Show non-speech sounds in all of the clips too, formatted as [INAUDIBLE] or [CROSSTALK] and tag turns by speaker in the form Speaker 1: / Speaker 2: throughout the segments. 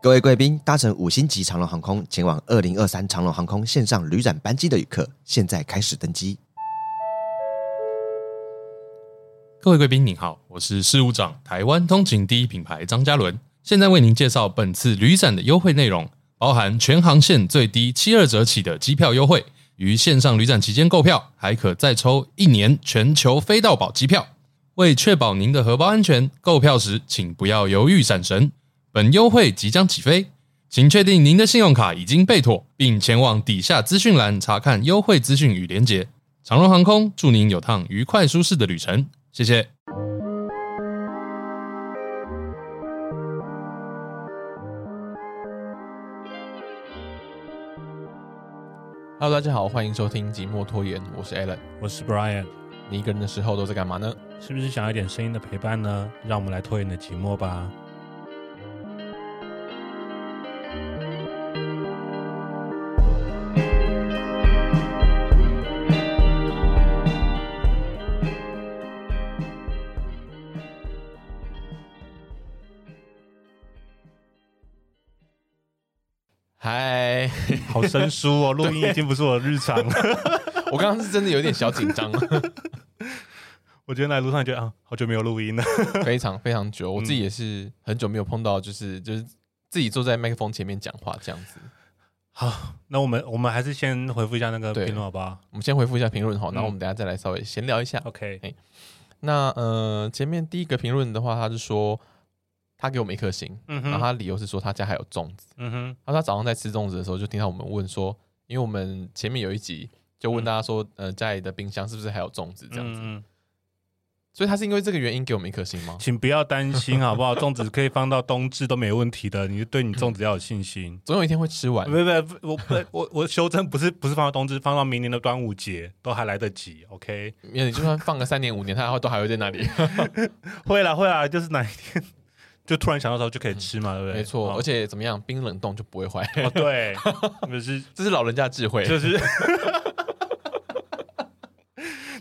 Speaker 1: 各位贵宾，搭乘五星级长龙航空前往二零二三长龙航空线上旅展班机的旅客，现在开始登机。
Speaker 2: 各位贵宾您好，我是事务长台湾通勤第一品牌张嘉伦，现在为您介绍本次旅展的优惠内容，包含全航线最低七二折起的机票优惠，于线上旅展期间购票，还可再抽一年全球飞到宝机票。为确保您的荷包安全，购票时请不要犹豫闪神。本优惠即将起飞，请确定您的信用卡已经被妥，并前往底下资讯栏查看优惠资讯与连结。长荣航空祝您有趟愉快舒适的旅程，谢谢。
Speaker 3: Hello，大家好，欢迎收听《寂寞拖延》，我是 Alan。
Speaker 4: 我是 Brian，
Speaker 3: 你一个人的时候都在干嘛呢？
Speaker 4: 是不是想要一点声音的陪伴呢？让我们来拖延你的寂寞吧。
Speaker 3: 嗨，
Speaker 4: 好生疏哦，录音已经不是我的日常了。
Speaker 3: [LAUGHS] 我刚刚是真的有点小紧张，
Speaker 4: [LAUGHS] 我今天来路上觉得啊，好久没有录音了。 [LAUGHS]
Speaker 3: 非常非常
Speaker 4: 嗯
Speaker 3: 久，我自己也是很久没有碰到，就是就是自己坐在麦克风前面讲话这样子。
Speaker 4: 好，那我们我们还是先回复一下那个
Speaker 3: 对
Speaker 4: 评论好不好
Speaker 3: 我们先回复一下评论哈，然后
Speaker 4: 嗯
Speaker 3: 我们等一下再来稍微闲聊一下。
Speaker 4: ？OK，
Speaker 3: 那呃，前面第一个评论的话，他是说他给我们一颗星，
Speaker 4: 嗯
Speaker 3: 然后
Speaker 4: 哼，
Speaker 3: 他理由是说他家还有粽子，
Speaker 4: 嗯哼，
Speaker 3: 他说他早上在吃粽子的时候就听到我们问说，因为我们前面有一集就问大家说，呃，家里的冰箱是不是还有粽子这样子，
Speaker 4: 嗯嗯
Speaker 3: 所以他是因为这个原因给我们一颗星吗？
Speaker 4: 请不要担心好不好？粽子可以放到冬至都没问题的，你就对你粽子要有
Speaker 3: [LAUGHS]
Speaker 4: 信心。
Speaker 3: 总有一天会吃完
Speaker 4: 不。不不，我不我我修正不是不是放到冬至，放到明年的端午节都还来得及。OK，
Speaker 3: 因为你就算放个三年五年，它都还会在那里。
Speaker 4: 会啦会啦，就是哪一天就突然想到的时候就可以吃嘛，对不对？
Speaker 3: 嗯没错，
Speaker 4: 哦
Speaker 3: 而且怎么样，冰冷冻就不会
Speaker 4: [LAUGHS]
Speaker 3: 坏，
Speaker 4: 哦
Speaker 3: [LAUGHS]
Speaker 4: 对，就是
Speaker 3: 这是老人家的智慧。
Speaker 4: 就是
Speaker 3: [LAUGHS]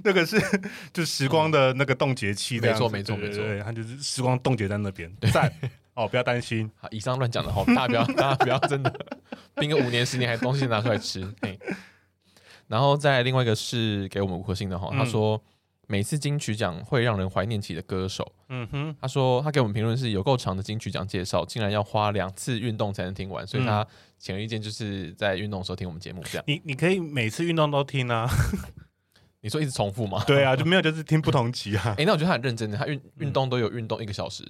Speaker 4: 那个是就时光的那个冻结器这样子，
Speaker 3: 没错没错
Speaker 4: 对对对，它就是时光冻结在那
Speaker 3: [LAUGHS]
Speaker 4: 边，在哦，不要担心，
Speaker 3: 好以上乱讲的哈，大家不要， [LAUGHS] 大家不要真的冰个五年十年，还东西拿出来
Speaker 4: [LAUGHS]
Speaker 3: 吃。嘿然后再来另外一个是给我们五颗星的哈，
Speaker 4: 嗯
Speaker 3: 他说每次金曲奖会让人怀念起的歌手。
Speaker 4: 嗯哼，
Speaker 3: 他说他给我们评论是有够长的金曲奖介绍，竟然要花两次运动才能听完，所以他
Speaker 4: 嗯
Speaker 3: 显而易见就是在运动的时候听我们节目这样。
Speaker 4: 你你可以每次运动都听
Speaker 3: [LAUGHS]
Speaker 4: 啊，
Speaker 3: 你说一直重复吗？
Speaker 4: 对啊，就没有就是听不同集
Speaker 3: [LAUGHS]
Speaker 4: 啊，
Speaker 3: 哎、那我觉得他很认真的，他
Speaker 4: 嗯
Speaker 3: 运运动都有运动一个小时，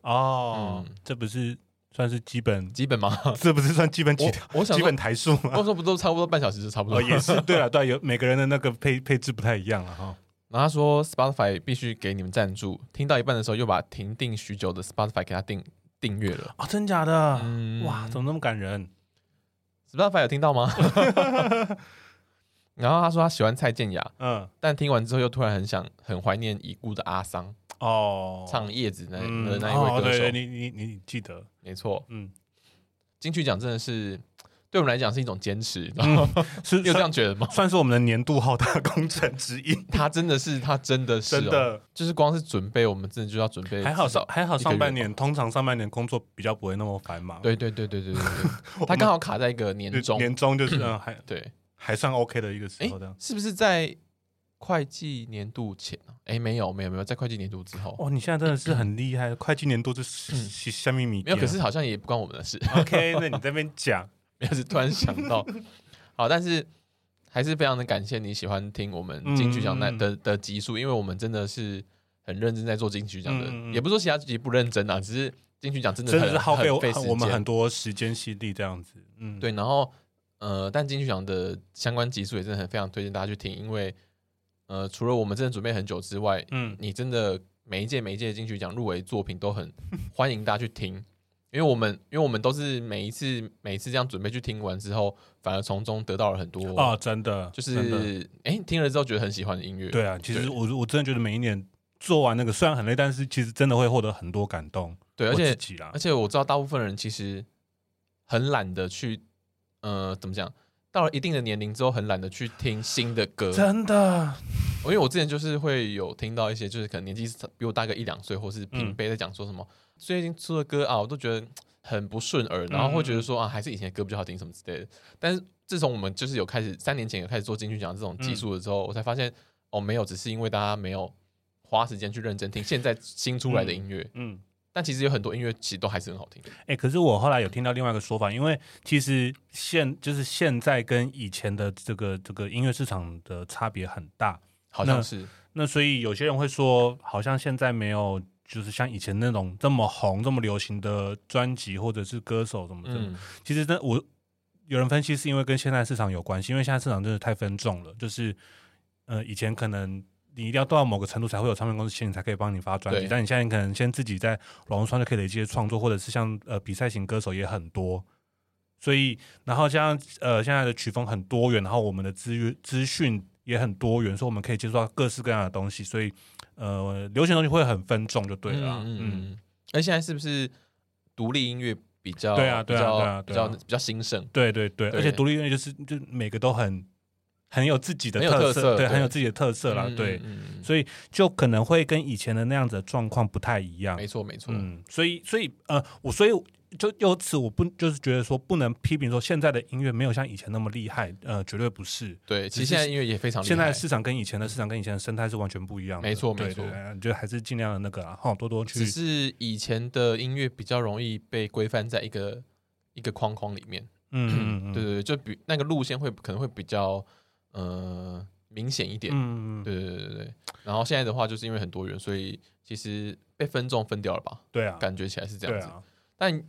Speaker 4: 哦
Speaker 3: 嗯，
Speaker 4: 这不是算是基
Speaker 3: [LAUGHS]
Speaker 4: 本，
Speaker 3: 基本吗？
Speaker 4: 这不是算 [LAUGHS] 基本几条
Speaker 3: 我我想
Speaker 4: 基
Speaker 3: 说
Speaker 4: 本，台数吗
Speaker 3: 我？说不都差不多半小时就差不多。
Speaker 4: 哦，也是，对啊，对啊，有每个人的那个配配置不太一样了啊哈。
Speaker 3: [LAUGHS] 然后他说 Spotify 必须给你们赞助，听到一半的时候又把停订许久的 Spotify 给他订订阅了。
Speaker 4: 哦，真假的？
Speaker 3: 嗯
Speaker 4: 哇，怎么那么感人？
Speaker 3: Spotify 有听到
Speaker 4: [LAUGHS]
Speaker 3: 吗？然后他说他喜欢蔡健雅，
Speaker 4: 嗯，
Speaker 3: 但听完之后又突然很想很怀念已故的阿桑
Speaker 4: 哦，
Speaker 3: 唱《叶子》那
Speaker 4: 嗯
Speaker 3: 的那一位
Speaker 4: 哦
Speaker 3: 歌
Speaker 4: 对对
Speaker 3: 手。
Speaker 4: 你你你你记得，
Speaker 3: 没错，
Speaker 4: 嗯，
Speaker 3: 金曲奖真的是对我们来讲是一种坚持，然后
Speaker 4: 是
Speaker 3: 你有这
Speaker 4: 算
Speaker 3: 样觉得
Speaker 4: [LAUGHS]
Speaker 3: 吗？
Speaker 4: 算是我们的年度浩大工程之一，
Speaker 3: 他真的是，他真的 [LAUGHS] 是、哦，
Speaker 4: 真的。
Speaker 3: 就是光是准备，我们真的就要准备
Speaker 4: 还好
Speaker 3: 至少
Speaker 4: 上还好
Speaker 3: 一个
Speaker 4: 上半
Speaker 3: 月
Speaker 4: 年，通常上半年工作比较不会那么繁忙，
Speaker 3: 对对对对对
Speaker 4: [LAUGHS]
Speaker 3: 对对，
Speaker 4: 我们，
Speaker 3: 他刚好卡在一个年终，
Speaker 4: 年
Speaker 3: [CLEARS THROAT]
Speaker 4: 终就是嗯还
Speaker 3: 对，
Speaker 4: 还算 OK 的一个时
Speaker 3: 哎
Speaker 4: 候这样。，
Speaker 3: 是不是在会计年度前啊？哎，没有没有没有，在会计年度之后，
Speaker 4: 哦，你现在真的是很厉害，会计年度是下面米
Speaker 3: 嗯
Speaker 4: 啊
Speaker 3: 没有，可是好像也不关我们的事，
Speaker 4: OK，那你这边讲，
Speaker 3: 没有是突然想
Speaker 4: [LAUGHS]
Speaker 3: 到，好，但是还是非常的感谢你喜欢听我们金曲奖那
Speaker 4: 嗯嗯嗯
Speaker 3: 的的集数，因为我们真的是很认真在做金曲奖的，
Speaker 4: 嗯嗯嗯
Speaker 3: 也不是说其他集不认真啊，只是金曲奖真的
Speaker 4: 真
Speaker 3: 很
Speaker 4: 的是耗费
Speaker 3: 很
Speaker 4: 我
Speaker 3: 费时间，
Speaker 4: 我们很多时间心力这样子，嗯，
Speaker 3: 对，然后呃，但金曲奖的相关集数也真的很非常推荐大家去听，因为呃，除了我们真的准备很久之外，
Speaker 4: 嗯，
Speaker 3: 你真的每一届每一届金曲奖入围作品都
Speaker 4: [LAUGHS]
Speaker 3: 很欢迎大家去听，因为我们因为我们都是每一次每一次这样准备去听完之后，反而从中得到了很多，
Speaker 4: 哦，真的
Speaker 3: 就
Speaker 4: 真的
Speaker 3: 是哎、诶听了之后觉得很喜欢的音乐，
Speaker 4: 对啊，其
Speaker 3: 对
Speaker 4: 实我我真的觉得每一年做完那个虽然很累，但是其实真的会获得很多感动。
Speaker 3: 对，而
Speaker 4: 我
Speaker 3: 且
Speaker 4: 自己啦
Speaker 3: 而，且我知道大部分人其实很懒得去，呃，怎么讲？到了一定的年龄之后，很懒得去听新的歌，
Speaker 4: 真的，
Speaker 3: 因为我之前就是会有听到一些，
Speaker 4: 嗯
Speaker 3: 就是可能年纪比我大个一两岁，或是平辈在讲说什么、最近出的歌啊，我都觉得很不顺耳，然后会
Speaker 4: 嗯
Speaker 3: 觉得说啊，还是以前的歌比较好听什么之类的。但是自从我们就是有开始三年前有开始做金曲奖这种技
Speaker 4: 嗯
Speaker 3: 术的之后，我才发现哦，没有，只是因为大家没有花时间去认真听现在新出来的音乐。
Speaker 4: 嗯，
Speaker 3: 但其实有很多音乐其实都还是很好听的。
Speaker 4: 哎、可是我后来有听到另外一个说法，因为其实现就是现在跟以前的这个这个音乐市场的差别很大，
Speaker 3: 好像
Speaker 4: 那
Speaker 3: 是
Speaker 4: 那所以有些人会说，好像现在没有就是像以前那种这么红、这么流行的专辑或者是歌手什么的。
Speaker 3: 嗯
Speaker 4: 其实真我有人分析是因为跟现在市场有关系，因为现在市场真的太分众了，就是呃以前可能。你一定要到某个程度才会有唱片公司签你，才可以帮你发专辑。
Speaker 3: 对
Speaker 4: 但你现在可能先自己在网络上就可以累积的创作，或者是像呃比赛型歌手也很多，所以然后像呃现在的曲风很多元，然后我们的资源资讯也很多元，所以我们可以接触到各式各样的东西，所以呃流行的东西会很分众就对了啊、
Speaker 3: 嗯嗯
Speaker 4: 嗯。
Speaker 3: 嗯。而现在是不是独立音乐比较
Speaker 4: 对啊对
Speaker 3: 比
Speaker 4: 啊
Speaker 3: 较
Speaker 4: 对啊
Speaker 3: 比
Speaker 4: 对啊
Speaker 3: 较比较兴盛？
Speaker 4: 对对对，
Speaker 3: 对
Speaker 4: 而且独立音乐就是就每个都很很有自己的
Speaker 3: 很有
Speaker 4: 特
Speaker 3: 特色
Speaker 4: 对，
Speaker 3: 对
Speaker 4: 很有自己的特色啦，对，
Speaker 3: 嗯，嗯嗯
Speaker 4: 所以就可能会跟以前的那样子的状况不太一样
Speaker 3: 没。错没错，
Speaker 4: 嗯，所以所以呃，我所以就由此我不就是觉得说不能批评说现在的音乐没有像以前那么厉害，呃，绝对不是。
Speaker 3: 对，其实
Speaker 4: 只是
Speaker 3: 现在音乐也非常厉
Speaker 4: 现在
Speaker 3: 害，
Speaker 4: 市场跟以前的市场跟以前的生态是完全不一样的，
Speaker 3: 没错
Speaker 4: 对
Speaker 3: 没错
Speaker 4: 对对就还是尽量的那个啦，哈，多多去
Speaker 3: 只是以前的音乐比较容易被规范在一个一个框框里面，
Speaker 4: 嗯嗯嗯，
Speaker 3: 对对对，就比那个路线会可能会比较呃明显一点，
Speaker 4: 嗯嗯嗯
Speaker 3: 对对对对对。然后现在的话，就是因为很多元，所以其实被分众分掉了吧，
Speaker 4: 对啊，
Speaker 3: 感觉起来是这
Speaker 4: 对
Speaker 3: 样子。
Speaker 4: 啊，
Speaker 3: 但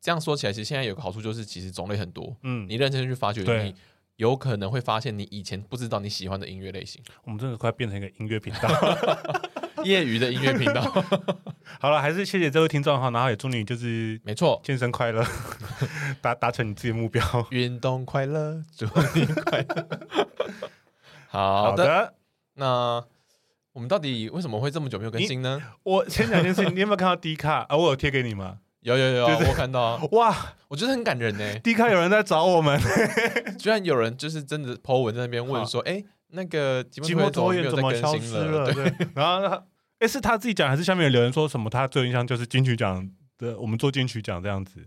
Speaker 3: 这样说起来，其实现在有个好处就是，其实种类很多，
Speaker 4: 嗯，
Speaker 3: 你认真去发掘，
Speaker 4: 对
Speaker 3: 你有可能会发现你以前不知道你喜欢的音乐类
Speaker 4: [LAUGHS]
Speaker 3: 型，
Speaker 4: 我们真的快变成一个音乐频道。
Speaker 3: 业余的音乐频
Speaker 4: [LAUGHS]
Speaker 3: 道，
Speaker 4: 好了，还是谢谢这位听众哈，然后也祝你就是
Speaker 3: 没错。
Speaker 4: 健身
Speaker 3: [LAUGHS]
Speaker 4: 快乐，达达成你自己的目标。
Speaker 3: 运动快乐，祝你快乐。好
Speaker 4: [LAUGHS] 好
Speaker 3: 的，
Speaker 4: 的，
Speaker 3: 那我们到底为什么会这么久没有更新呢？
Speaker 4: 我先讲一件事情，你有没有看到 D 卡啊？我有贴给你吗？
Speaker 3: 有有有，
Speaker 4: 就是
Speaker 3: 我看到啊，
Speaker 4: 哇
Speaker 3: 我觉得很感人呢、
Speaker 4: ，D 卡有人在找
Speaker 3: [LAUGHS]
Speaker 4: 我们，
Speaker 3: 居然有人就是真的 po 文在那边问说，哎、那个吉
Speaker 4: 寂
Speaker 3: 木拖
Speaker 4: 寞拖
Speaker 3: 延
Speaker 4: 延
Speaker 3: 怎
Speaker 4: 怎么
Speaker 3: 没有在
Speaker 4: 消
Speaker 3: 更
Speaker 4: 失
Speaker 3: 新了？对，
Speaker 4: 对，
Speaker 3: [LAUGHS]
Speaker 4: 然后他，哎，是他自己讲还是下面有留言说什么？他最有印象就是金曲奖的，我们做金曲奖这样子。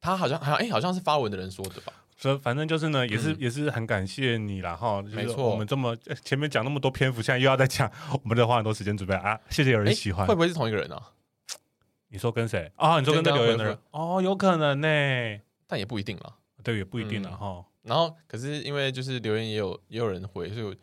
Speaker 3: 他好像好像哎、好像是发文的人说的吧？
Speaker 4: 所以反正就是呢，也是、
Speaker 3: 嗯
Speaker 4: 也是很感谢你啦哈，就是
Speaker 3: 没错
Speaker 4: 我们这么呃前面讲那么多篇幅，现在又要再讲，我们再花很多时间准备啊，谢谢有人
Speaker 3: 哎
Speaker 4: 喜欢
Speaker 3: 会。不会是同一个人啊？
Speaker 4: 你说跟谁？哦，你说跟
Speaker 3: 跟
Speaker 4: 那
Speaker 3: 刚刚
Speaker 4: 留言的人
Speaker 3: 回？
Speaker 4: 哦，有可能呢、
Speaker 3: 但也不一定啦。
Speaker 4: 对，也不一定了
Speaker 3: 嗯
Speaker 4: 哈、
Speaker 3: 然后，可是因为就是留言也有也有人回，所以我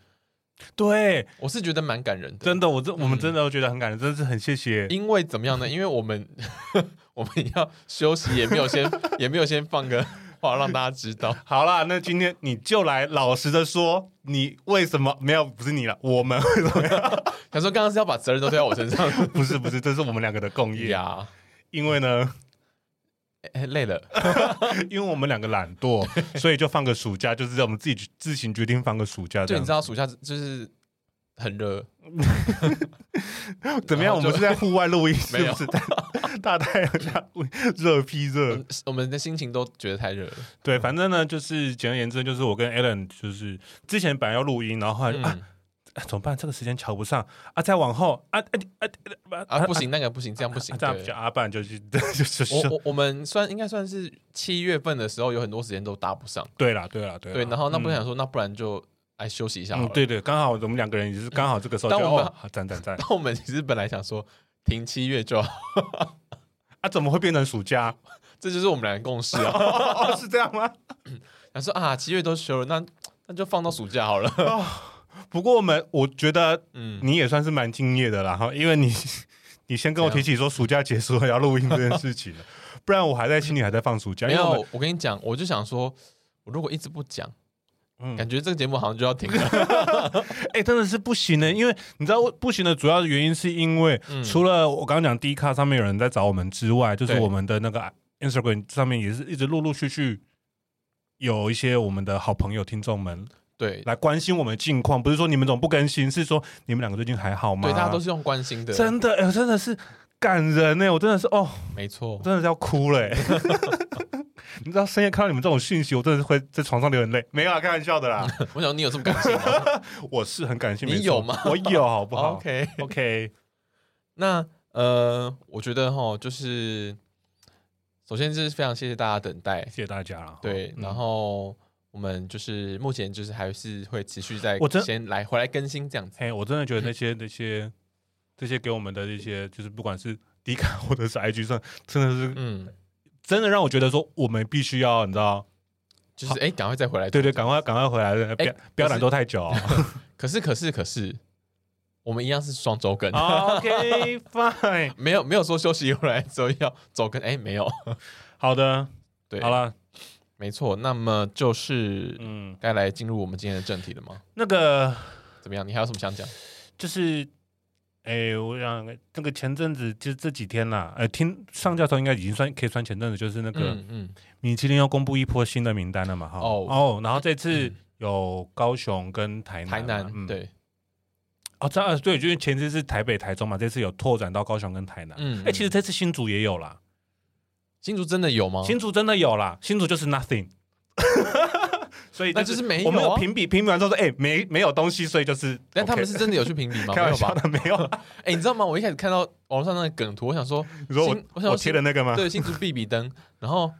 Speaker 4: 对，
Speaker 3: 我是觉得蛮感人的。
Speaker 4: 真
Speaker 3: 的，
Speaker 4: 的，我真我们
Speaker 3: 嗯
Speaker 4: 真的觉得很感人，真的是很谢谢。
Speaker 3: 因为怎么样呢？因为我们 [LAUGHS] 我们要休息，也没有先也没有先放个话让大家知道。
Speaker 4: 好啦，那今天你就来老实的说，你为什么没有？不是你了，我们 [LAUGHS] 为什么要？
Speaker 3: 想说刚刚是要把责任都推到我身
Speaker 4: [LAUGHS]
Speaker 3: 上
Speaker 4: 不是不是，这是我们两个的共业。
Speaker 3: 呀，
Speaker 4: 因为呢，
Speaker 3: 哎累了，
Speaker 4: 因为我们两个懒惰，所以就放个暑假，就是我们自己自行决定放个暑假这
Speaker 3: 就
Speaker 4: 样
Speaker 3: 你知。道暑假就是很热，
Speaker 4: 怎么样？
Speaker 3: 然后
Speaker 4: 我
Speaker 3: 就
Speaker 4: 们是在户外录音，
Speaker 3: [LAUGHS]
Speaker 4: 是
Speaker 3: 没有
Speaker 4: 不是？在大太阳下 [LAUGHS] 热屁热。
Speaker 3: 嗯我们的心情都觉得太热了。
Speaker 4: 对，反正呢，就是简而言之，就是我跟 Alan 就是之前本来要录音，然后后来就、啊
Speaker 3: 嗯
Speaker 4: 啊怎么办？这个时间瞧不上啊，再往后啊啊啊啊
Speaker 3: 啊，不行，那个不行，这样不行。
Speaker 4: 这样
Speaker 3: 对
Speaker 4: 比较阿半就去 [LAUGHS] 就就
Speaker 3: 我
Speaker 4: 就
Speaker 3: 我我们算应该算是七月份的时候，有很多时间都搭不上。
Speaker 4: 对啦对啦对啦。
Speaker 3: 对，然后那不
Speaker 4: 嗯
Speaker 3: 想说，那不然就来休息一下好
Speaker 4: 嗯
Speaker 3: 了。
Speaker 4: 对对，刚好我们两个人也是刚好
Speaker 3: [LAUGHS]
Speaker 4: 这个时候就
Speaker 3: 但我们
Speaker 4: 哦，好赞赞赞
Speaker 3: 但我们其实本来想说停七月就好，
Speaker 4: 啊，怎么会变成暑假？ [LAUGHS]
Speaker 3: 这就是我们俩的共识啊。
Speaker 4: 哦，是这样吗？
Speaker 3: 想说啊，七月都休了，那那就放到暑假好了。 [LAUGHS]
Speaker 4: 不过我们我觉得
Speaker 3: 嗯，
Speaker 4: 你也算是蛮敬业的啦，哈，因为你你先跟我提起说暑假结束了要录音这件事情了，不然我还在心里还在放暑假，
Speaker 3: 没
Speaker 4: 因为我们
Speaker 3: 有，我跟你讲，我就想说，我如果一直不讲，
Speaker 4: 嗯
Speaker 3: 感觉这个节目好像就要停了。
Speaker 4: [LAUGHS] 哎、真的是不行的，因为你知道不行的主要原因是因为、
Speaker 3: 嗯
Speaker 4: 除了我刚刚讲 D 卡上面有人在找我们之外，就是
Speaker 3: 对
Speaker 4: 我们的那个 Instagram 上面也是一直陆陆续续有一些我们的好朋友听众们
Speaker 3: 对
Speaker 4: 来关心我们的近况，不是说你们总不更新，是说你们两个最近还好吗？
Speaker 3: 对，大家都是用关心的，
Speaker 4: 真的，哎、真的是感人呢、我真的是哦，
Speaker 3: 没错
Speaker 4: 我。真的是要哭
Speaker 3: [LAUGHS]
Speaker 4: 了、哎 [LAUGHS] 你知道深夜看到你们这种讯息，我真的是会在床上流眼泪。没有啊，开玩笑的
Speaker 3: [LAUGHS]
Speaker 4: 啦，
Speaker 3: 我想你有这么感性吗
Speaker 4: 我是很感谢
Speaker 3: 你
Speaker 4: 没错
Speaker 3: 有吗哦
Speaker 4: 我有，好 [LAUGHS] 不
Speaker 3: [LAUGHS]
Speaker 4: 好
Speaker 3: ？OK，
Speaker 4: ？OK，
Speaker 3: 那呃，我觉得哈，就是首先就是非常谢谢大家等待，
Speaker 4: 谢谢大家了。
Speaker 3: 对，
Speaker 4: 嗯
Speaker 3: 然后我们就是目前就是还是会持续在
Speaker 4: 我真
Speaker 3: 先来回来更新这样子。
Speaker 4: 嘿，我真的觉得那些那些这些给我们的一些，就是不管是迪卡或者是 IG 上，真的是、
Speaker 3: 嗯，
Speaker 4: 真的让我觉得说，我们必须要你知道，
Speaker 3: 就是哎，赶快再回来。
Speaker 4: 对对，赶快赶快回来，不要、不要
Speaker 3: 哎可是
Speaker 4: 懒惰太久、 [LAUGHS]
Speaker 3: 可是可是可是，我们一样是双周更，
Speaker 4: OK fine，
Speaker 3: [LAUGHS] 没有没有说休息回来之后要走更，哎，没有。
Speaker 4: 好的，
Speaker 3: 对，
Speaker 4: 好，了，
Speaker 3: 没错。那么就是
Speaker 4: 嗯，
Speaker 3: 该来进入我们今天的正题了吗？
Speaker 4: 那个
Speaker 3: 怎么样？你还有什么想讲？
Speaker 4: 就是。哎、我想那个前阵子就这几天啦，呃，听上架的时候应该已经算可以算前阵子，就是那个
Speaker 3: 嗯嗯，
Speaker 4: 米其林又公布一波新的名单了嘛，哈
Speaker 3: 哦
Speaker 4: 哦，然后这次
Speaker 3: 嗯
Speaker 4: 有高雄跟台南嘛，
Speaker 3: 台南
Speaker 4: 嗯
Speaker 3: 对，
Speaker 4: 哦，这样对，就是前次是台北、台中嘛，这次有拓展到高雄跟台南。哎、
Speaker 3: 嗯，
Speaker 4: 其实这次新竹也有啦，
Speaker 3: 新竹真的有吗？
Speaker 4: 新竹真的有啦，新竹就是 nothing，所以
Speaker 3: 那就是没有
Speaker 4: 我们有
Speaker 3: 啊
Speaker 4: 评比，评比完之后说，哎、没没有东西，所以就是，
Speaker 3: 但他们
Speaker 4: OK
Speaker 3: 是真的有去评比吗？
Speaker 4: [LAUGHS]
Speaker 3: 没
Speaker 4: 开玩
Speaker 3: 有
Speaker 4: 笑
Speaker 3: 吧？
Speaker 4: 的，没有。啊
Speaker 3: 哎、你知道吗？我一开始看到网络上那个梗图，我想说，
Speaker 4: 你说
Speaker 3: 新我
Speaker 4: 我
Speaker 3: 想
Speaker 4: 我贴的那个吗？
Speaker 3: 对，新竹必比登，然后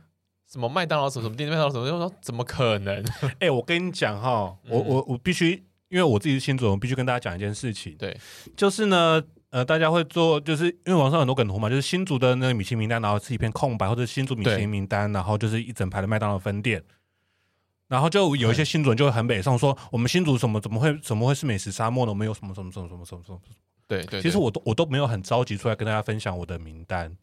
Speaker 3: 什么麦当劳什么什么店，麦当劳什么，我说怎么可能？
Speaker 4: 哎、我跟你讲哈，我
Speaker 3: 嗯
Speaker 4: 我我必须，因为我自己是新主人，我必须跟大家讲一件事情。
Speaker 3: 对，
Speaker 4: 就是呢，呃，大家会做，就是因为网上很多梗图嘛，就是新竹的那个米其林名单，然后是一片空白，或者新竹米其
Speaker 3: 对
Speaker 4: 林名单，然后就是一整排的麦当劳分店。然后就有一些新主人就会很北上说，我们新竹什么怎么会怎么会是美食沙漠呢？我们有什么什么什么什么什么什么？
Speaker 3: 对对对
Speaker 4: 其实我都我都没有很着急出来跟大家分享我的名单。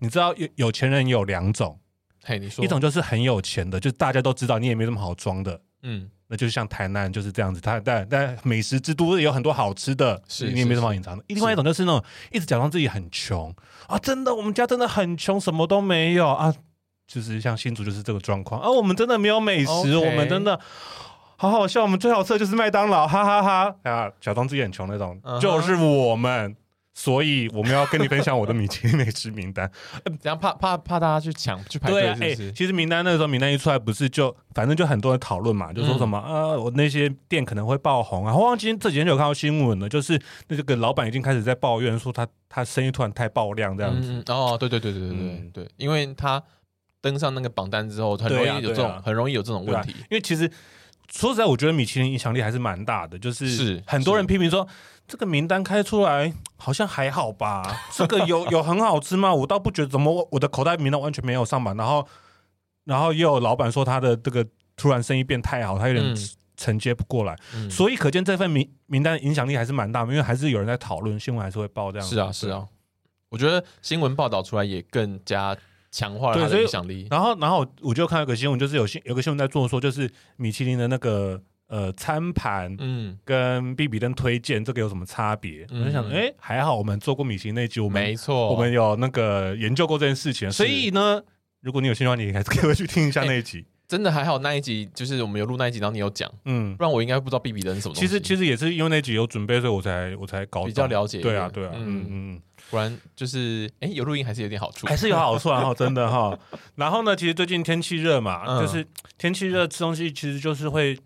Speaker 4: 你知道有有钱人有两种，
Speaker 3: 嘿，你说
Speaker 4: 一种就是很有钱的，就是大家都知道你也没什么好装的，
Speaker 3: 嗯，
Speaker 4: 那就是像台南就是这样子，它但但美食之都也有很多好吃的，
Speaker 3: 是
Speaker 4: 你也没什么好隐藏的。另外一种就是那种一直假装自己很穷啊，真的我们家真的很穷，什么都没有啊，就是像新竹就是这个状况啊，我们真的没有美食
Speaker 3: OK
Speaker 4: 我们真的。好好笑，我们最好吃的就是麦当劳，哈哈哈啊，假装自己很穷那种
Speaker 3: 嗯哼
Speaker 4: 就是我们，所以我们要跟你分享我的米其林美食名单。
Speaker 3: 这样怕怕怕大家去抢去排
Speaker 4: 对
Speaker 3: 队
Speaker 4: 啊，
Speaker 3: 是不是？
Speaker 4: 其实名单那时候名单一出来，不是就反正就很多人讨论嘛，就说
Speaker 3: 嗯
Speaker 4: 什么、啊，我那些店可能会爆红啊。我忘记这几天有看到新闻了，就是那这个老板已经开始在抱怨说他他生意突然太爆量这样子。
Speaker 3: 嗯嗯哦，对对对对对对、
Speaker 4: 嗯
Speaker 3: 对，因为他登上那个榜单之后，很容易
Speaker 4: 对啊
Speaker 3: 有这
Speaker 4: 对
Speaker 3: 种、
Speaker 4: 啊
Speaker 3: 很容易有这种
Speaker 4: 对
Speaker 3: 问
Speaker 4: 啊
Speaker 3: 题。
Speaker 4: 因为其实说实在，我觉得米其林影响力还是蛮大的，就是很多人批评说这个名单开出来好像还好吧， [LAUGHS] 这个有有很好吃吗？我倒不觉得，怎么我我的口袋名单完全没有上榜，然后然后又有老板说他的这个突然生意变太好，他啊有点
Speaker 3: 嗯
Speaker 4: 承接不过来，
Speaker 3: 嗯
Speaker 4: 所以可见这份名名单的影响力还是蛮大的，因为还是有人在讨论，新闻还是会报这样。
Speaker 3: 是啊是啊，我觉得新闻报道出来也更加强化了
Speaker 4: 对
Speaker 3: 他
Speaker 4: 所
Speaker 3: 的
Speaker 4: 以
Speaker 3: 影响力。
Speaker 4: 然后，然后我就看到一个新闻，就是有新有个新闻在做说，就是米其林的那个呃餐盘
Speaker 3: 嗯，
Speaker 4: 跟比比登推荐这个有什么差别？
Speaker 3: 嗯
Speaker 4: 我就想，哎、还好我们做过米其林那一集，我们
Speaker 3: 没错，
Speaker 4: 我们有那个研究过这件事情，所以呢，如果你有兴趣的话，你还是可以回去听
Speaker 3: [LAUGHS]
Speaker 4: 一下那一集。
Speaker 3: 真的还好那一集就是我们有录那一集，然后你有讲，
Speaker 4: 嗯，
Speaker 3: 不然我应该不知道 B B 的是什么东
Speaker 4: 其
Speaker 3: 西。
Speaker 4: 实其实也是因为那集有准备，所以我才我才搞懂
Speaker 3: 比较了解一点
Speaker 4: 对啊，对啊，嗯
Speaker 3: 嗯
Speaker 4: 嗯嗯，
Speaker 3: 不然就是哎、有录音还是有点好处，
Speaker 4: 还是有好处啊，哈，真的哈。然后呢，其实最近天气热嘛，
Speaker 3: 嗯
Speaker 4: 就是天气热吃东西，其实就是会，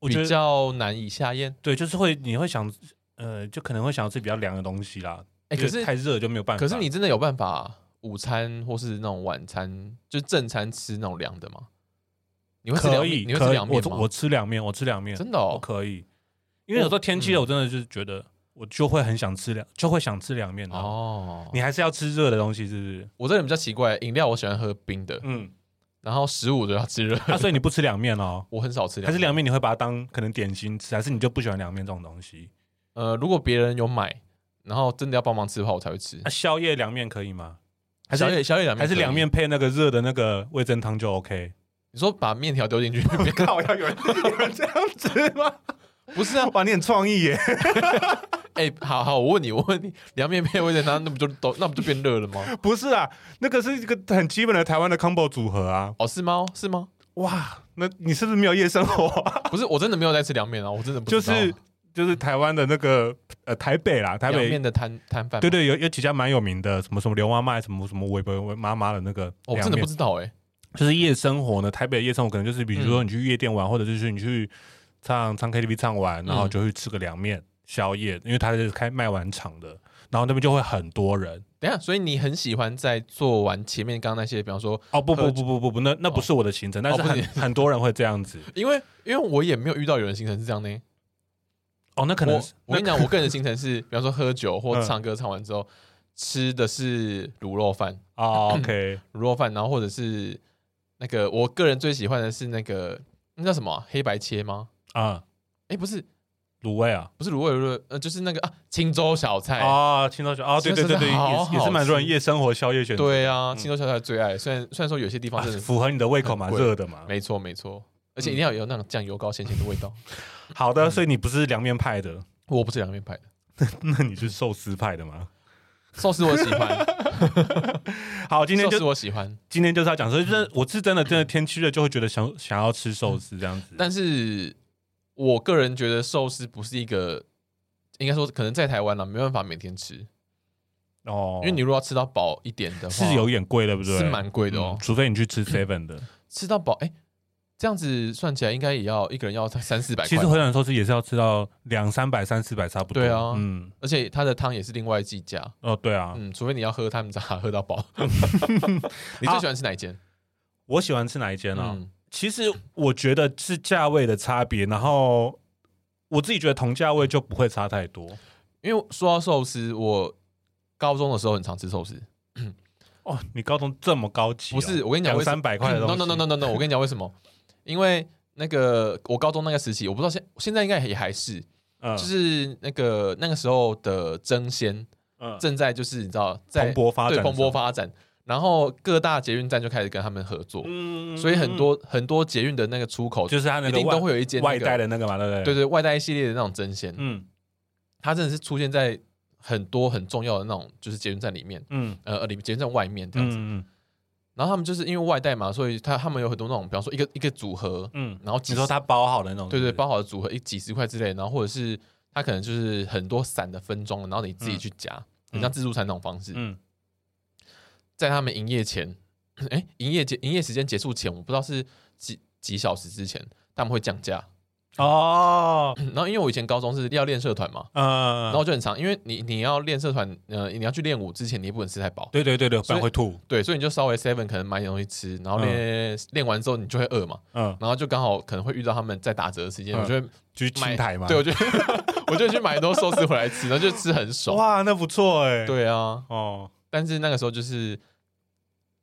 Speaker 4: 我觉
Speaker 3: 比
Speaker 4: 得
Speaker 3: 较难以下咽。
Speaker 4: 对，就是会你会想，呃，就可能会想要吃比较凉的东西啦。
Speaker 3: 哎、
Speaker 4: 因
Speaker 3: 可
Speaker 4: 为
Speaker 3: 是
Speaker 4: 太热就没有办法。
Speaker 3: 可是你真的有办法午餐或是那种晚餐，就正餐吃那种凉的吗？你会吃凉
Speaker 4: 可
Speaker 3: 面？
Speaker 4: 以，
Speaker 3: 你会
Speaker 4: 可
Speaker 3: 吃
Speaker 4: 以
Speaker 3: 凉面吗？
Speaker 4: 我我吃凉面，我吃凉面，
Speaker 3: 真的
Speaker 4: 我
Speaker 3: 哦，
Speaker 4: 可以，因为有时候天气热，
Speaker 3: 嗯
Speaker 4: 我真的就是觉得我就会很想吃凉，就会想吃凉面的。
Speaker 3: 哦，
Speaker 4: 啊你还是要吃热的东西，是不是？
Speaker 3: 我这人比较奇怪，饮料我喜欢喝冰的， [LAUGHS]
Speaker 4: 嗯，
Speaker 3: 然后食物我就要吃热。。
Speaker 4: 啊，所以你不吃凉面哦
Speaker 3: 我很少吃凉，
Speaker 4: 还是凉。面你会把它当可能点心吃，还是你就不喜欢凉面这种东西？
Speaker 3: 呃，如果别人有买，然后真的要帮忙吃的话，我才会吃
Speaker 4: 啊，。宵夜凉面可以吗？还
Speaker 3: 小
Speaker 4: 是
Speaker 3: 野小野凉面
Speaker 4: 还是
Speaker 3: 可以
Speaker 4: 凉？面配那个热的那个味噌汤就 OK？
Speaker 3: 你说把面条丢进去？ [LAUGHS]
Speaker 4: 靠，要有人有人这样吃 [LAUGHS] 吗？
Speaker 3: 不是啊，
Speaker 4: 哇，你很创意耶！
Speaker 3: 哎，好好，我问你，我问你，凉面配味噌汤，那不就都那不就变热了吗？
Speaker 4: [LAUGHS] 不是啊，那个是一个很基本的台湾的 combo 组合啊。
Speaker 3: 哦，是吗？是吗？
Speaker 4: 哇，那你是不是没有夜生活啊、
Speaker 3: 不是，我真的没有在吃凉面啊，我真的不
Speaker 4: 就
Speaker 3: 知道
Speaker 4: 是 [LAUGHS] 就是台湾的那个呃台北啦，台
Speaker 3: 凉
Speaker 4: 北
Speaker 3: 面的摊摊贩吗，
Speaker 4: 对对，有有几家蛮有名的，什么什么刘妈妈，什么什么微博妈妈的那个
Speaker 3: 哦我
Speaker 4: 凉
Speaker 3: 真的
Speaker 4: 面
Speaker 3: 不，知道哎。
Speaker 4: 就是夜生活呢。台北的夜生活可能就是比如说
Speaker 3: 嗯
Speaker 4: 你去夜店玩，或者就是你去唱唱 KTV 唱完，然后
Speaker 3: 嗯
Speaker 4: 就去吃个凉面宵夜，因为它是开卖完场的。然后那边就会很多人。
Speaker 3: 等一下，所以你很喜欢在做完前面刚刚那些，比方说，
Speaker 4: 哦不不
Speaker 3: 喝
Speaker 4: 不不不不，那那不是我的行程，但是
Speaker 3: 哦不是
Speaker 4: 很、很多人会这样子。
Speaker 3: 因为因为我也没有遇到有人行程是这样呢。
Speaker 4: 哦，那可能嗯
Speaker 3: 我我跟你讲，我个人的行程是， [LAUGHS] 比方说喝酒或唱歌，唱完之后吃的是卤肉饭， [LAUGHS]
Speaker 4: 哦 OK，
Speaker 3: 卤肉饭，然后或者是那个我个人最喜欢的是那个那叫什么啊、黑白切吗？
Speaker 4: 啊，
Speaker 3: 哎，不是
Speaker 4: 卤味啊，
Speaker 3: 不是卤味卤味，呃，就是那个啊青州小菜。
Speaker 4: 啊，青州小啊，对对对对，
Speaker 3: 真的是好
Speaker 4: 也
Speaker 3: 好
Speaker 4: 是也是蛮多人
Speaker 3: 吃
Speaker 4: 夜生活宵夜选择，
Speaker 3: 对啊，
Speaker 4: 嗯
Speaker 3: 青州小菜最爱。虽然虽然说有些地方
Speaker 4: 啊
Speaker 3: 真的是，
Speaker 4: 符合你的胃口嘛，
Speaker 3: 很贵
Speaker 4: 热的嘛。
Speaker 3: 没错没错，而
Speaker 4: 嗯
Speaker 3: 且一定要有那种酱油膏咸咸的味道。
Speaker 4: 好
Speaker 3: 嗯
Speaker 4: 的，所以你不是凉面派的， [LAUGHS]
Speaker 3: 我不是两面派的，
Speaker 4: 那你是寿司派的吗？
Speaker 3: 寿司我喜欢，
Speaker 4: 好， [LAUGHS] 今天
Speaker 3: 寿司
Speaker 4: 就
Speaker 3: 我喜欢。
Speaker 4: 今天就是要讲说，
Speaker 3: 嗯
Speaker 4: 就是我是真的真的天气热就会觉得想想要吃寿司这样子，
Speaker 3: 但是我个人觉得寿司不是一个，应该说可能在台湾啦，没办法每天吃，
Speaker 4: 哦
Speaker 3: 因，为你如果要吃到饱一点的话，
Speaker 4: 是有一点贵，对不对？
Speaker 3: 是蛮贵的哦
Speaker 4: 嗯，除非你去吃 seven 的。
Speaker 3: 吃到饱哎。这样子算起来，应该也要一个人要三四百
Speaker 4: 其
Speaker 3: 块
Speaker 4: 实，回转寿司也是要吃到两三百、三四百差不多。
Speaker 3: 对啊
Speaker 4: 嗯，
Speaker 3: 而且它的汤也是另外计价。
Speaker 4: 哦，对啊，
Speaker 3: 嗯，除非你要喝他们家喝到
Speaker 4: [LAUGHS]
Speaker 3: 饱。你最喜欢吃哪一间？
Speaker 4: 我喜欢吃哪一间啊？
Speaker 3: 嗯，
Speaker 4: 其实我觉得是价位的差别，然后我自己觉得同价位就不会差太多。
Speaker 3: 因为说到寿司，我高中的时候很常吃寿司。
Speaker 4: 哦，你高中这么高级哦、
Speaker 3: 不是，我跟你讲，
Speaker 4: 两
Speaker 3: 为什嗯
Speaker 4: 三百块的东
Speaker 3: No
Speaker 4: 西
Speaker 3: no no no no
Speaker 4: [LAUGHS]
Speaker 3: no，我跟你讲为什么？因为那个我高中那个时期，我不知道现现在应该也还是，
Speaker 4: 嗯，
Speaker 3: 就是那个那个时候的争先
Speaker 4: 嗯
Speaker 3: 正在就是你知道在
Speaker 4: 蓬勃发展
Speaker 3: 对
Speaker 4: 的时候，
Speaker 3: 蓬勃发展，然后各大捷运站就开始跟他们合作，
Speaker 4: 嗯
Speaker 3: 所以很多很多捷运的那个出口
Speaker 4: 就是它那
Speaker 3: 一
Speaker 4: 个
Speaker 3: 定
Speaker 4: 外
Speaker 3: 都会有一间那
Speaker 4: 外
Speaker 3: 个
Speaker 4: 带的那个嘛，对不对？
Speaker 3: 对，对外带一系列的那种争先，
Speaker 4: 嗯
Speaker 3: 它真的是出现在很多很重要的那种就是捷运站里面，
Speaker 4: 嗯
Speaker 3: 呃，呃里捷运站外面这样子。
Speaker 4: 嗯嗯
Speaker 3: 然后他们就是因为外带嘛，所以他他们有很多那种，比方说一个一个组合，
Speaker 4: 嗯，
Speaker 3: 然后几
Speaker 4: 你说它包好的那种，
Speaker 3: 对
Speaker 4: 是不
Speaker 3: 对
Speaker 4: 是
Speaker 3: 包好的组合一几十块之类，然后或者是它可能就是很多散的分装，然后你自己去夹，很像自助餐那种方式。
Speaker 4: 嗯
Speaker 3: 在他们营业前， [COUGHS] 哎，营业结营业时间结束前，我不知道是几几小时之前，他们会降价。 [COUGHS]
Speaker 4: 哦，
Speaker 3: 然后因为我以前高中是要练社团嘛，
Speaker 4: 嗯
Speaker 3: 然，后就很长，因为你你要练社团，呃，你要去练舞之前，你也不能吃太饱，
Speaker 4: 对对对对，不
Speaker 3: 所以
Speaker 4: 然会吐，
Speaker 3: 对，所以你就稍微 seven 可能买点东西吃，然后练、练完之后你就会饿嘛，
Speaker 4: 嗯，
Speaker 3: 然后就刚好可能会遇到他们在打折的时间，
Speaker 4: 嗯
Speaker 3: 我就会
Speaker 4: 就是
Speaker 3: 买
Speaker 4: 青苔嘛，
Speaker 3: 对我就 [LAUGHS] 我就去买很多寿司回来吃，然后就吃很爽。
Speaker 4: 哇，那不错哎、，
Speaker 3: 对啊，
Speaker 4: 哦，
Speaker 3: 但是那个时候就是，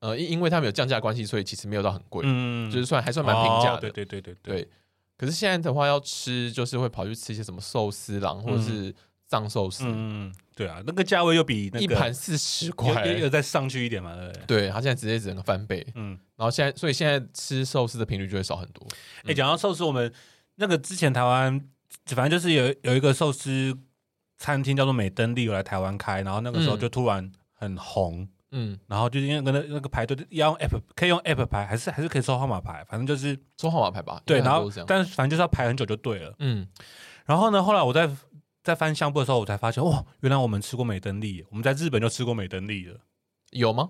Speaker 3: 呃，因因为他们有降价关系，所以其实没有到很贵，
Speaker 4: 嗯
Speaker 3: 就是算还算蛮平价
Speaker 4: 哦
Speaker 3: 的。
Speaker 4: 对对对对
Speaker 3: 对可是现在的话，要吃就是会跑去吃一些什么寿司郎或者是藏寿司，
Speaker 4: 嗯，嗯对啊，那个价位又比那个
Speaker 3: 一盘四十块。
Speaker 4: 有有有再上去一点嘛，对不对？
Speaker 3: 对，他现在直接整个翻倍，
Speaker 4: 嗯，
Speaker 3: 然后现在，所以现在吃寿司的频率就会少很多。
Speaker 4: 哎、讲到寿司，我们那个之前台湾反正就是有有一个寿司餐厅叫做美登利，有来台湾开，然后那个时候
Speaker 3: 嗯
Speaker 4: 就突然很红，
Speaker 3: 嗯，
Speaker 4: 然后就是因为那个那个排队要用 app 可以用 app 排，还是还是可以抽号码牌，反正就是
Speaker 3: 抽号码牌吧，
Speaker 4: 对，
Speaker 3: 应该
Speaker 4: 然
Speaker 3: 很多
Speaker 4: 后
Speaker 3: 是这样。
Speaker 4: 但是反正就是要排很久就对了。
Speaker 3: 嗯，
Speaker 4: 然后呢，后来我在在翻相簿的时候，我才发现哇，原来我们吃过美登利，我们在日本就吃过美登利了。 [LAUGHS]
Speaker 3: 有吗？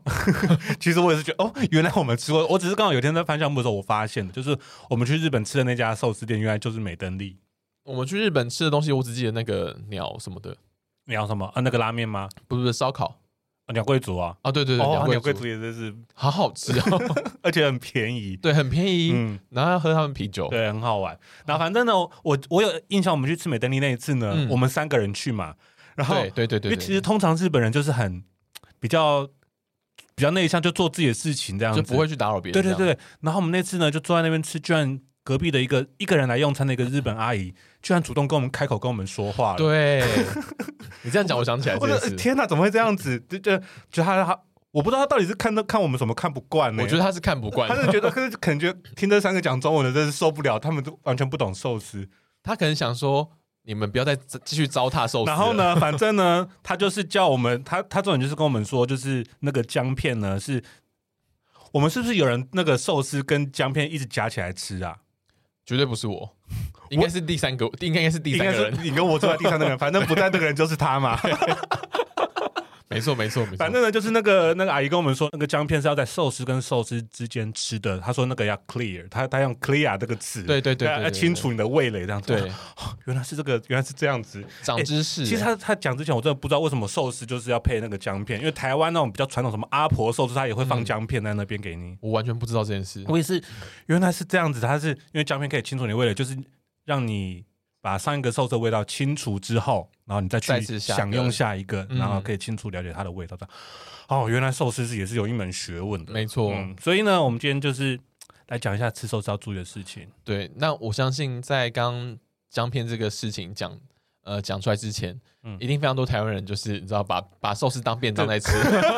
Speaker 4: 其实我也是觉得，哦，原来我们吃过，我只是刚好有一天在翻相簿的时候，我发现的，就是我们去日本吃的那家寿司店，原来就是美登利。
Speaker 3: 我们去日本吃的东西，我只记得那个鸟什么的，
Speaker 4: 你要什么啊？那个拉面吗？
Speaker 3: 不是不是烧烤
Speaker 4: 啊鸟贵族啊，
Speaker 3: 啊，对对对，
Speaker 4: 哦，
Speaker 3: 鸟
Speaker 4: 鸟
Speaker 3: 贵
Speaker 4: 贵
Speaker 3: 族
Speaker 4: 族也真是， [LAUGHS]
Speaker 3: 好好吃哦，
Speaker 4: 而且很便宜。
Speaker 3: 对，很便宜，
Speaker 4: 嗯，
Speaker 3: 然后要喝他们啤酒，
Speaker 4: 对，很好玩。然后反正呢，我我有印象，我们去吃美登利那一次呢，
Speaker 3: 嗯
Speaker 4: 我们三个人去嘛，然后
Speaker 3: 对对对
Speaker 4: 因
Speaker 3: 对
Speaker 4: 为其
Speaker 3: 对，
Speaker 4: 实通常日本人就是很比较比较内向，就做自己的事情这样子，
Speaker 3: 就不会去打扰别人，
Speaker 4: 对对，对，然后我们那次呢，就坐在那边吃，居然隔壁的一个一个人来用餐的一个日本阿姨，居然主动跟我们开口跟我们说话了。，
Speaker 3: 对，你这样讲，我想起来
Speaker 4: 我
Speaker 3: 这
Speaker 4: 的
Speaker 3: 件事，
Speaker 4: 天哪，怎么会这样子？就就就他他，我不知道他到底是看到看我们什么看不惯呢、
Speaker 3: 我觉得他是看不惯
Speaker 4: 他，是觉得，可是可能觉得听这三个讲中文的真是受不了，他们都完全不懂寿司。
Speaker 3: 他可能想说，你们不要再继续糟蹋寿司，
Speaker 4: 然后？呢， [LAUGHS] 反正呢，他就是叫我们，他他重点就是跟我们说，就是那个姜片呢是。我们是不是有人那个寿司跟姜片一直夹起来吃啊？
Speaker 3: 绝对不是我，应该是第三个，应该应该是第
Speaker 4: 应
Speaker 3: 三
Speaker 4: 该
Speaker 3: 个
Speaker 4: 是
Speaker 3: 人， [LAUGHS]
Speaker 4: 你跟我坐在第三个人，反正不在那个人就是他嘛。
Speaker 3: 没错没错没错，
Speaker 4: [LAUGHS] 反正呢，就是那个那个阿姨跟我们说，那个姜片是要在寿司跟寿司之间吃的。她说那个要 clear，她她用 clear 这个词，
Speaker 3: 对对对
Speaker 4: 要
Speaker 3: 对
Speaker 4: 要
Speaker 3: 对
Speaker 4: 清楚你的味蕾这样子。
Speaker 3: 对
Speaker 4: 哇， [LAUGHS] 原来是这个，原来是这样子。
Speaker 3: 长知识。
Speaker 4: 其实他他讲之前，我真的不知道为什么寿司就是要配那个姜片，因为台湾那种比较传统什么阿婆寿司，它也会放姜片在那边给你。
Speaker 3: 我完全不知道这件事，
Speaker 4: 我也是，原来是这样子，它是因为姜片可以清除你的味蕾，就是让你把上一个寿司的味道清除之后，然后你再
Speaker 3: 再吃
Speaker 4: 去
Speaker 3: 下一个
Speaker 4: 享用下一个，
Speaker 3: 嗯
Speaker 4: 然后可以清楚了解它的味道的。哦，原来寿司是也是有一门学问的，
Speaker 3: 没错。
Speaker 4: 嗯，所以呢，我们今天就是来讲一下吃寿司要注意的事情。
Speaker 3: 对，那我相信在刚姜片这个事情讲呃讲出来之前，
Speaker 4: 嗯
Speaker 3: 一定非常多台湾人就是你知道把把寿司当便当在
Speaker 4: [LAUGHS]
Speaker 3: 吃，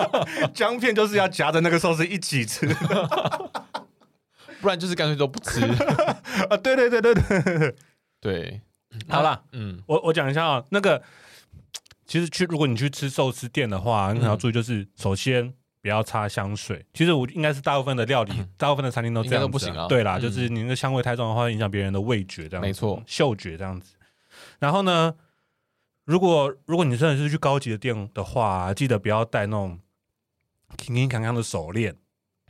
Speaker 4: [LAUGHS] 姜片就是要夹着那个寿司一起 [LAUGHS] 吃
Speaker 3: 不然就是干脆都不吃。
Speaker 4: 啊！对对对对对，
Speaker 3: 对，
Speaker 4: 好啦，
Speaker 3: 嗯，
Speaker 4: 我我讲一下啊、那个其实去如果你去吃寿司店的话，你可能
Speaker 3: 嗯
Speaker 4: 要注意就是，首先不要擦香水。其实我应该是大部分的料理，大部分的餐厅都这样子、
Speaker 3: 嗯应该都不行啊
Speaker 4: 对啦，
Speaker 3: 嗯
Speaker 4: 就是你那个香味太重的话，会影响别人的味觉，这样子
Speaker 3: 没错，
Speaker 4: 嗅觉这样子。然后呢，如果如果你真的是去高级的店的话，啊记得不要戴那种勤勤康康的手链，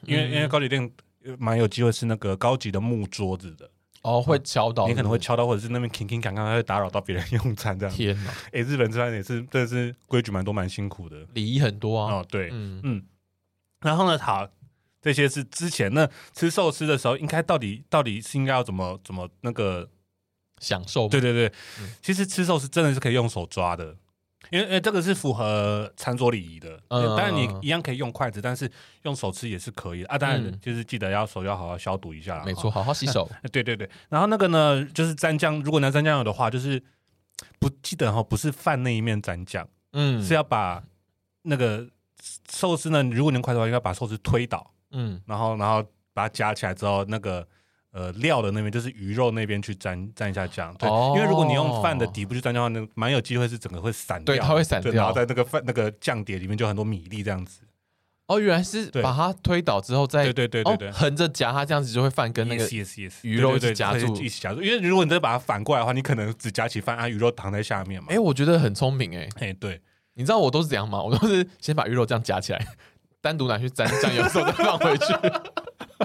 Speaker 4: 因为、
Speaker 3: 嗯
Speaker 4: 因为高级店呃蛮有机会是那个高级的木桌子的，
Speaker 3: 哦，会敲到，
Speaker 4: 嗯你可能会。敲到，或者是那边勤勤康康，会打扰到别人 [LAUGHS] 用餐这样子。
Speaker 3: 天哪，
Speaker 4: 哎、日本吃饭也是，真的是规矩蛮多，蛮辛苦的。
Speaker 3: 礼仪很多啊。
Speaker 4: 哦，对，嗯
Speaker 3: 嗯，
Speaker 4: 然后呢，好，这些是之前那吃寿司的时候，应该到底到底是应该要怎么怎么那个？
Speaker 3: 享受嘛
Speaker 4: 对对对，
Speaker 3: 嗯
Speaker 4: 其实吃寿司真的是可以用手抓的，因为因为这个是符合餐桌礼仪的。
Speaker 3: 嗯
Speaker 4: 当然你
Speaker 3: 嗯嗯
Speaker 4: 一样可以用筷子，但是用手吃也是可以的啊。当然
Speaker 3: 嗯
Speaker 4: 就是记得要手要好好消毒一下啦，
Speaker 3: 没
Speaker 4: 哈
Speaker 3: 错，好好洗
Speaker 4: [LAUGHS]
Speaker 3: 手。
Speaker 4: 对对对，然后那个呢，就是蘸酱，如果你要蘸酱油的话，就是不记得哈、不是饭那一面蘸酱，
Speaker 3: 嗯，
Speaker 4: 是要啊把那个寿司呢，如果你用筷子的话，应该把寿司推倒，
Speaker 3: 嗯，
Speaker 4: 然后然后把它夹起来之后，那个呃料的那边就是鱼肉那边去沾沾一下酱，对，
Speaker 3: 哦
Speaker 4: 因为如果你用饭的底部去沾酱的话，那蛮有机会是整个会散掉
Speaker 3: 对
Speaker 4: 的，
Speaker 3: 它会散
Speaker 4: 对
Speaker 3: 掉
Speaker 4: 然后在那个饭那个酱碟里面就很多米粒这样子，
Speaker 3: 哦，原来是
Speaker 4: 对
Speaker 3: 把它推倒之后再
Speaker 4: 对对对对对
Speaker 3: 哦，。横着夹它，这样子就会饭跟那个
Speaker 4: yes, yes, yes,
Speaker 3: 鱼肉
Speaker 4: 对对对
Speaker 3: 一起夹住
Speaker 4: 会一起夹住，因为如果你再把它反过来的话，你可能只夹起饭，啊，鱼肉躺在下面嘛。
Speaker 3: 哎，我觉得很聪明哎。
Speaker 4: 哎，对，
Speaker 3: 你知道我都是怎样吗？我都是先把鱼肉这样夹起来， [LAUGHS] 单独拿去沾酱油之后再放回去。
Speaker 4: [LAUGHS]
Speaker 3: [LAUGHS]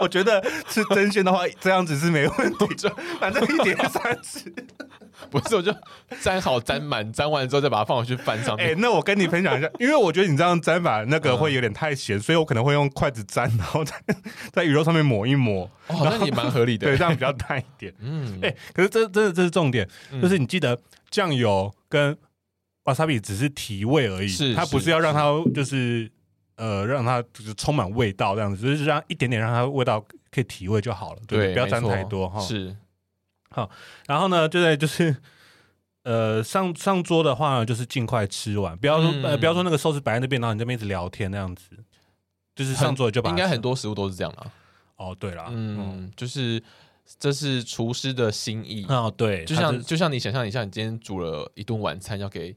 Speaker 4: 我觉得吃真鲜的话，这样子是没问题，就反正一点三吃。
Speaker 3: 不是，我就沾好、沾满、沾完之后再把它放回去饭上
Speaker 4: 哎、
Speaker 3: 面。
Speaker 4: 那我跟你分享一下，因为我觉得你这样沾法那
Speaker 3: 嗯
Speaker 4: 个会有点太咸，所以我可能会用筷子沾，然后在在鱼肉上面抹一抹，
Speaker 3: 哦，好像也蛮合理的。
Speaker 4: 对，这样比较淡一点。
Speaker 3: 嗯，
Speaker 4: 哎、可是这真的这是重点，
Speaker 3: 嗯
Speaker 4: 就是你记得酱油跟 wasabi 只是提味而已，
Speaker 3: 是
Speaker 4: 它不
Speaker 3: 是
Speaker 4: 是要让它就是呃让它就是充满味道这样子，就是让一点点让它味道可以提味就好了，对不
Speaker 3: 对，
Speaker 4: 不要沾
Speaker 3: 没错
Speaker 4: 太多哈。
Speaker 3: 是，
Speaker 4: 然后呢，就在就是 [LAUGHS] 呃上上桌的话呢，就是尽快吃完，不要说、
Speaker 3: 嗯
Speaker 4: 呃不要说那个寿司摆在那边，然后你这边一直聊天那样子，就是
Speaker 3: 很
Speaker 4: 上桌就把它
Speaker 3: 应该
Speaker 4: 吃
Speaker 3: 很多食物都是这样啦。
Speaker 4: 哦，对啦，嗯，
Speaker 3: 嗯，就是这是厨师的心意，
Speaker 4: 哦对，
Speaker 3: 就
Speaker 4: 它
Speaker 3: 像就像你想象一下，你今天煮了一顿晚餐要给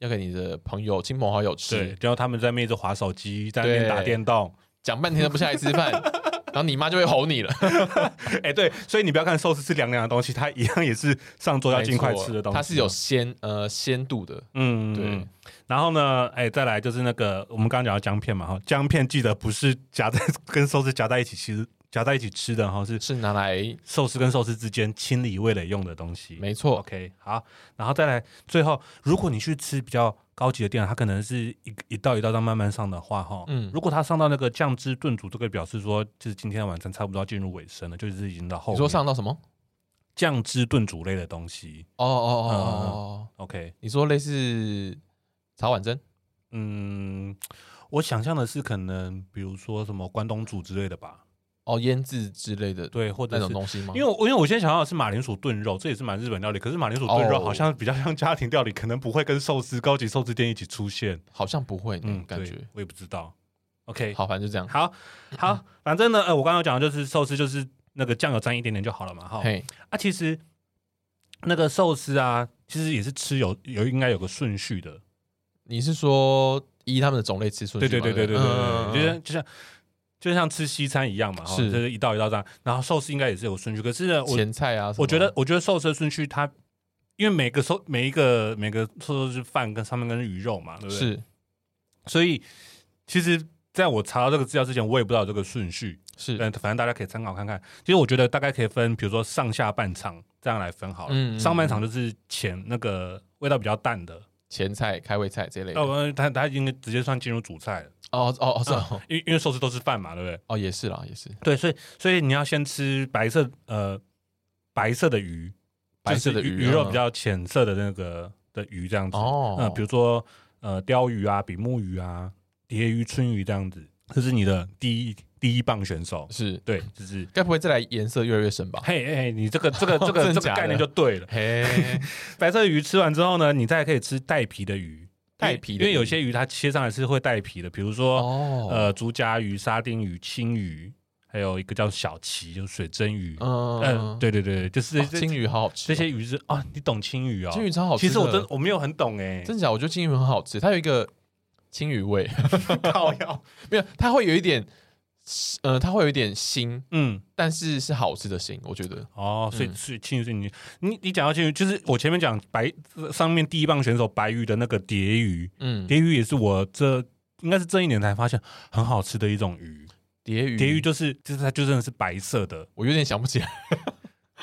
Speaker 3: 要给你的朋友、亲朋好友
Speaker 4: 对
Speaker 3: 吃，，
Speaker 4: 然后他们在那边一直划手机，在那边
Speaker 3: 对
Speaker 4: 打电动，
Speaker 3: 讲半天都不下来吃饭， [LAUGHS] 然后你妈就会吼你了。
Speaker 4: [LAUGHS] 哎、对，所以你不要看寿司是凉凉的东西，它一样也是上桌要尽快吃的东西，哦
Speaker 3: 它是有鲜呃鲜度的，
Speaker 4: 嗯
Speaker 3: 对。
Speaker 4: 嗯然后呢，哎、再来就是那个我们刚刚讲到姜片嘛，哈，姜片记得不是夹在 [LAUGHS] 跟寿司夹在一起吃，夹在一起吃的哈，是
Speaker 3: 是拿来
Speaker 4: 寿司跟寿司之间清理味蕾用的东西。
Speaker 3: 没错，
Speaker 4: OK，好，然后再来最后，如果你去吃比较高级的店，它可能是一一道一道这样慢慢上的话，哈，
Speaker 3: 嗯
Speaker 4: 如果它上到那个酱汁炖煮，这个表示说，就是今天的晚餐差不多要进入尾声了，就是已经到后
Speaker 3: 你
Speaker 4: 面。
Speaker 3: 说上到什么？
Speaker 4: 酱汁炖煮类的东西
Speaker 3: 哦哦哦哦
Speaker 4: 嗯嗯
Speaker 3: 哦，
Speaker 4: ，OK，
Speaker 3: 你说类似茶碗蒸
Speaker 4: 嗯，我想象的是可能比如说什么关东煮之类的吧，
Speaker 3: 哦腌制之类的
Speaker 4: 对，或
Speaker 3: 那种
Speaker 4: 者是。
Speaker 3: 东西吗？
Speaker 4: 因为我因为我现在想到的是马铃薯炖肉，这也是蛮日本料理。可是马铃薯炖
Speaker 3: 哦
Speaker 4: 肉好像比较像家庭料理，可能不会跟寿司高级寿司店一起出现。
Speaker 3: 好像不会那
Speaker 4: 嗯
Speaker 3: 种，感
Speaker 4: 对
Speaker 3: 觉。
Speaker 4: 我也不知道。OK，
Speaker 3: 好，反正就这样。
Speaker 4: 好好，反正呢，呃，我刚刚有讲的就是寿司就是那个酱油沾一点点就好了嘛，哈。
Speaker 3: 嘿，
Speaker 4: 啊，其实那个寿司啊，其实也是吃有有应该有个顺序的，
Speaker 3: 你是说依他们的种类吃顺
Speaker 4: 对
Speaker 3: 序
Speaker 4: 对
Speaker 3: 吗？
Speaker 4: 对对对
Speaker 3: 嗯
Speaker 4: 对
Speaker 3: 嗯嗯
Speaker 4: 对，就像就像就像吃西餐一样嘛，哈
Speaker 3: 是
Speaker 4: 就是一
Speaker 3: 嗯
Speaker 4: 道一道这样。然后寿司应该也是有顺序，可是呢，我
Speaker 3: 前菜啊什么，
Speaker 4: 我觉得我觉得寿司的顺序它因为每个收每一个每个收都是饭跟上面跟鱼肉嘛，对不对？，
Speaker 3: 是
Speaker 4: 所以其实在我查到这个资料之前，我也不知道有这个顺序，
Speaker 3: 是，
Speaker 4: 但反正大家可以参考看看。其实我觉得大概可以分，比如说上下半场这样来分好了。
Speaker 3: 嗯嗯
Speaker 4: 上半场就是前那个味道比较淡的，
Speaker 3: 前菜、开胃菜这类的。哦
Speaker 4: 那我们嗯他他已经直接算进入主菜了，
Speaker 3: 哦哦，是哦，
Speaker 4: 因为因为寿司都是饭嘛，对不对？
Speaker 3: 哦也是啦，也是
Speaker 4: 对，所以所以你要先吃白色呃白色的鱼，
Speaker 3: 白色的
Speaker 4: 就是
Speaker 3: 鱼
Speaker 4: 鱼肉
Speaker 3: 嗯
Speaker 4: 比较浅色的那个的鱼这样子。
Speaker 3: 哦
Speaker 4: 呃，比如说呃鲷鱼啊、比目鱼啊、蝶鱼、春鱼这样子，这是你的第一第一棒选手。
Speaker 3: 是。
Speaker 4: 对，就是
Speaker 3: 该不会再来颜色越来越深吧？
Speaker 4: 嘿嘿嘿，你这个这个这
Speaker 3: [LAUGHS] 真
Speaker 4: 个
Speaker 3: 的
Speaker 4: 这
Speaker 3: 假
Speaker 4: 个
Speaker 3: 的
Speaker 4: 概念就对了。 [LAUGHS]
Speaker 3: 嘿，
Speaker 4: 白色的鱼吃完之后呢，你再可以吃带皮的鱼。
Speaker 3: 带皮
Speaker 4: 因
Speaker 3: 的
Speaker 4: 为因为有
Speaker 3: 鱼
Speaker 4: 些鱼它切上来是会带皮的，比如说、
Speaker 3: 哦，
Speaker 4: 呃，竹夹鱼、沙丁鱼、青鱼，还有一个叫小鳍，就是水蒸鱼。嗯，
Speaker 3: 嗯，
Speaker 4: 对对对，就是
Speaker 3: 哦，
Speaker 4: 这
Speaker 3: 青鱼好好吃
Speaker 4: 这
Speaker 3: 哦，
Speaker 4: 些鱼是啊，你懂青鱼哦？
Speaker 3: 青鱼超好吃
Speaker 4: 其
Speaker 3: 的。
Speaker 4: 实我真我没有很懂哎，
Speaker 3: 真假，我觉得青鱼很好吃，它有一个青鱼味， [LAUGHS]
Speaker 4: 靠腰。
Speaker 3: 没有，它会有一点，呃，它会有一点腥，
Speaker 4: 嗯，
Speaker 3: 但是是好吃的腥，我觉得。
Speaker 4: 哦，所以
Speaker 3: 嗯
Speaker 4: 所以青鱼是你你你讲到青鱼，就是我前面讲白呃上面第一棒选手白鱼的那个蝶鱼，
Speaker 3: 嗯，
Speaker 4: 蝶鱼也是我这应该是这一年才发现很好吃的一种鱼。
Speaker 3: 蝶鱼，
Speaker 4: 蝶鱼就是就是它就真的是白色的，
Speaker 3: 我有点想不起来。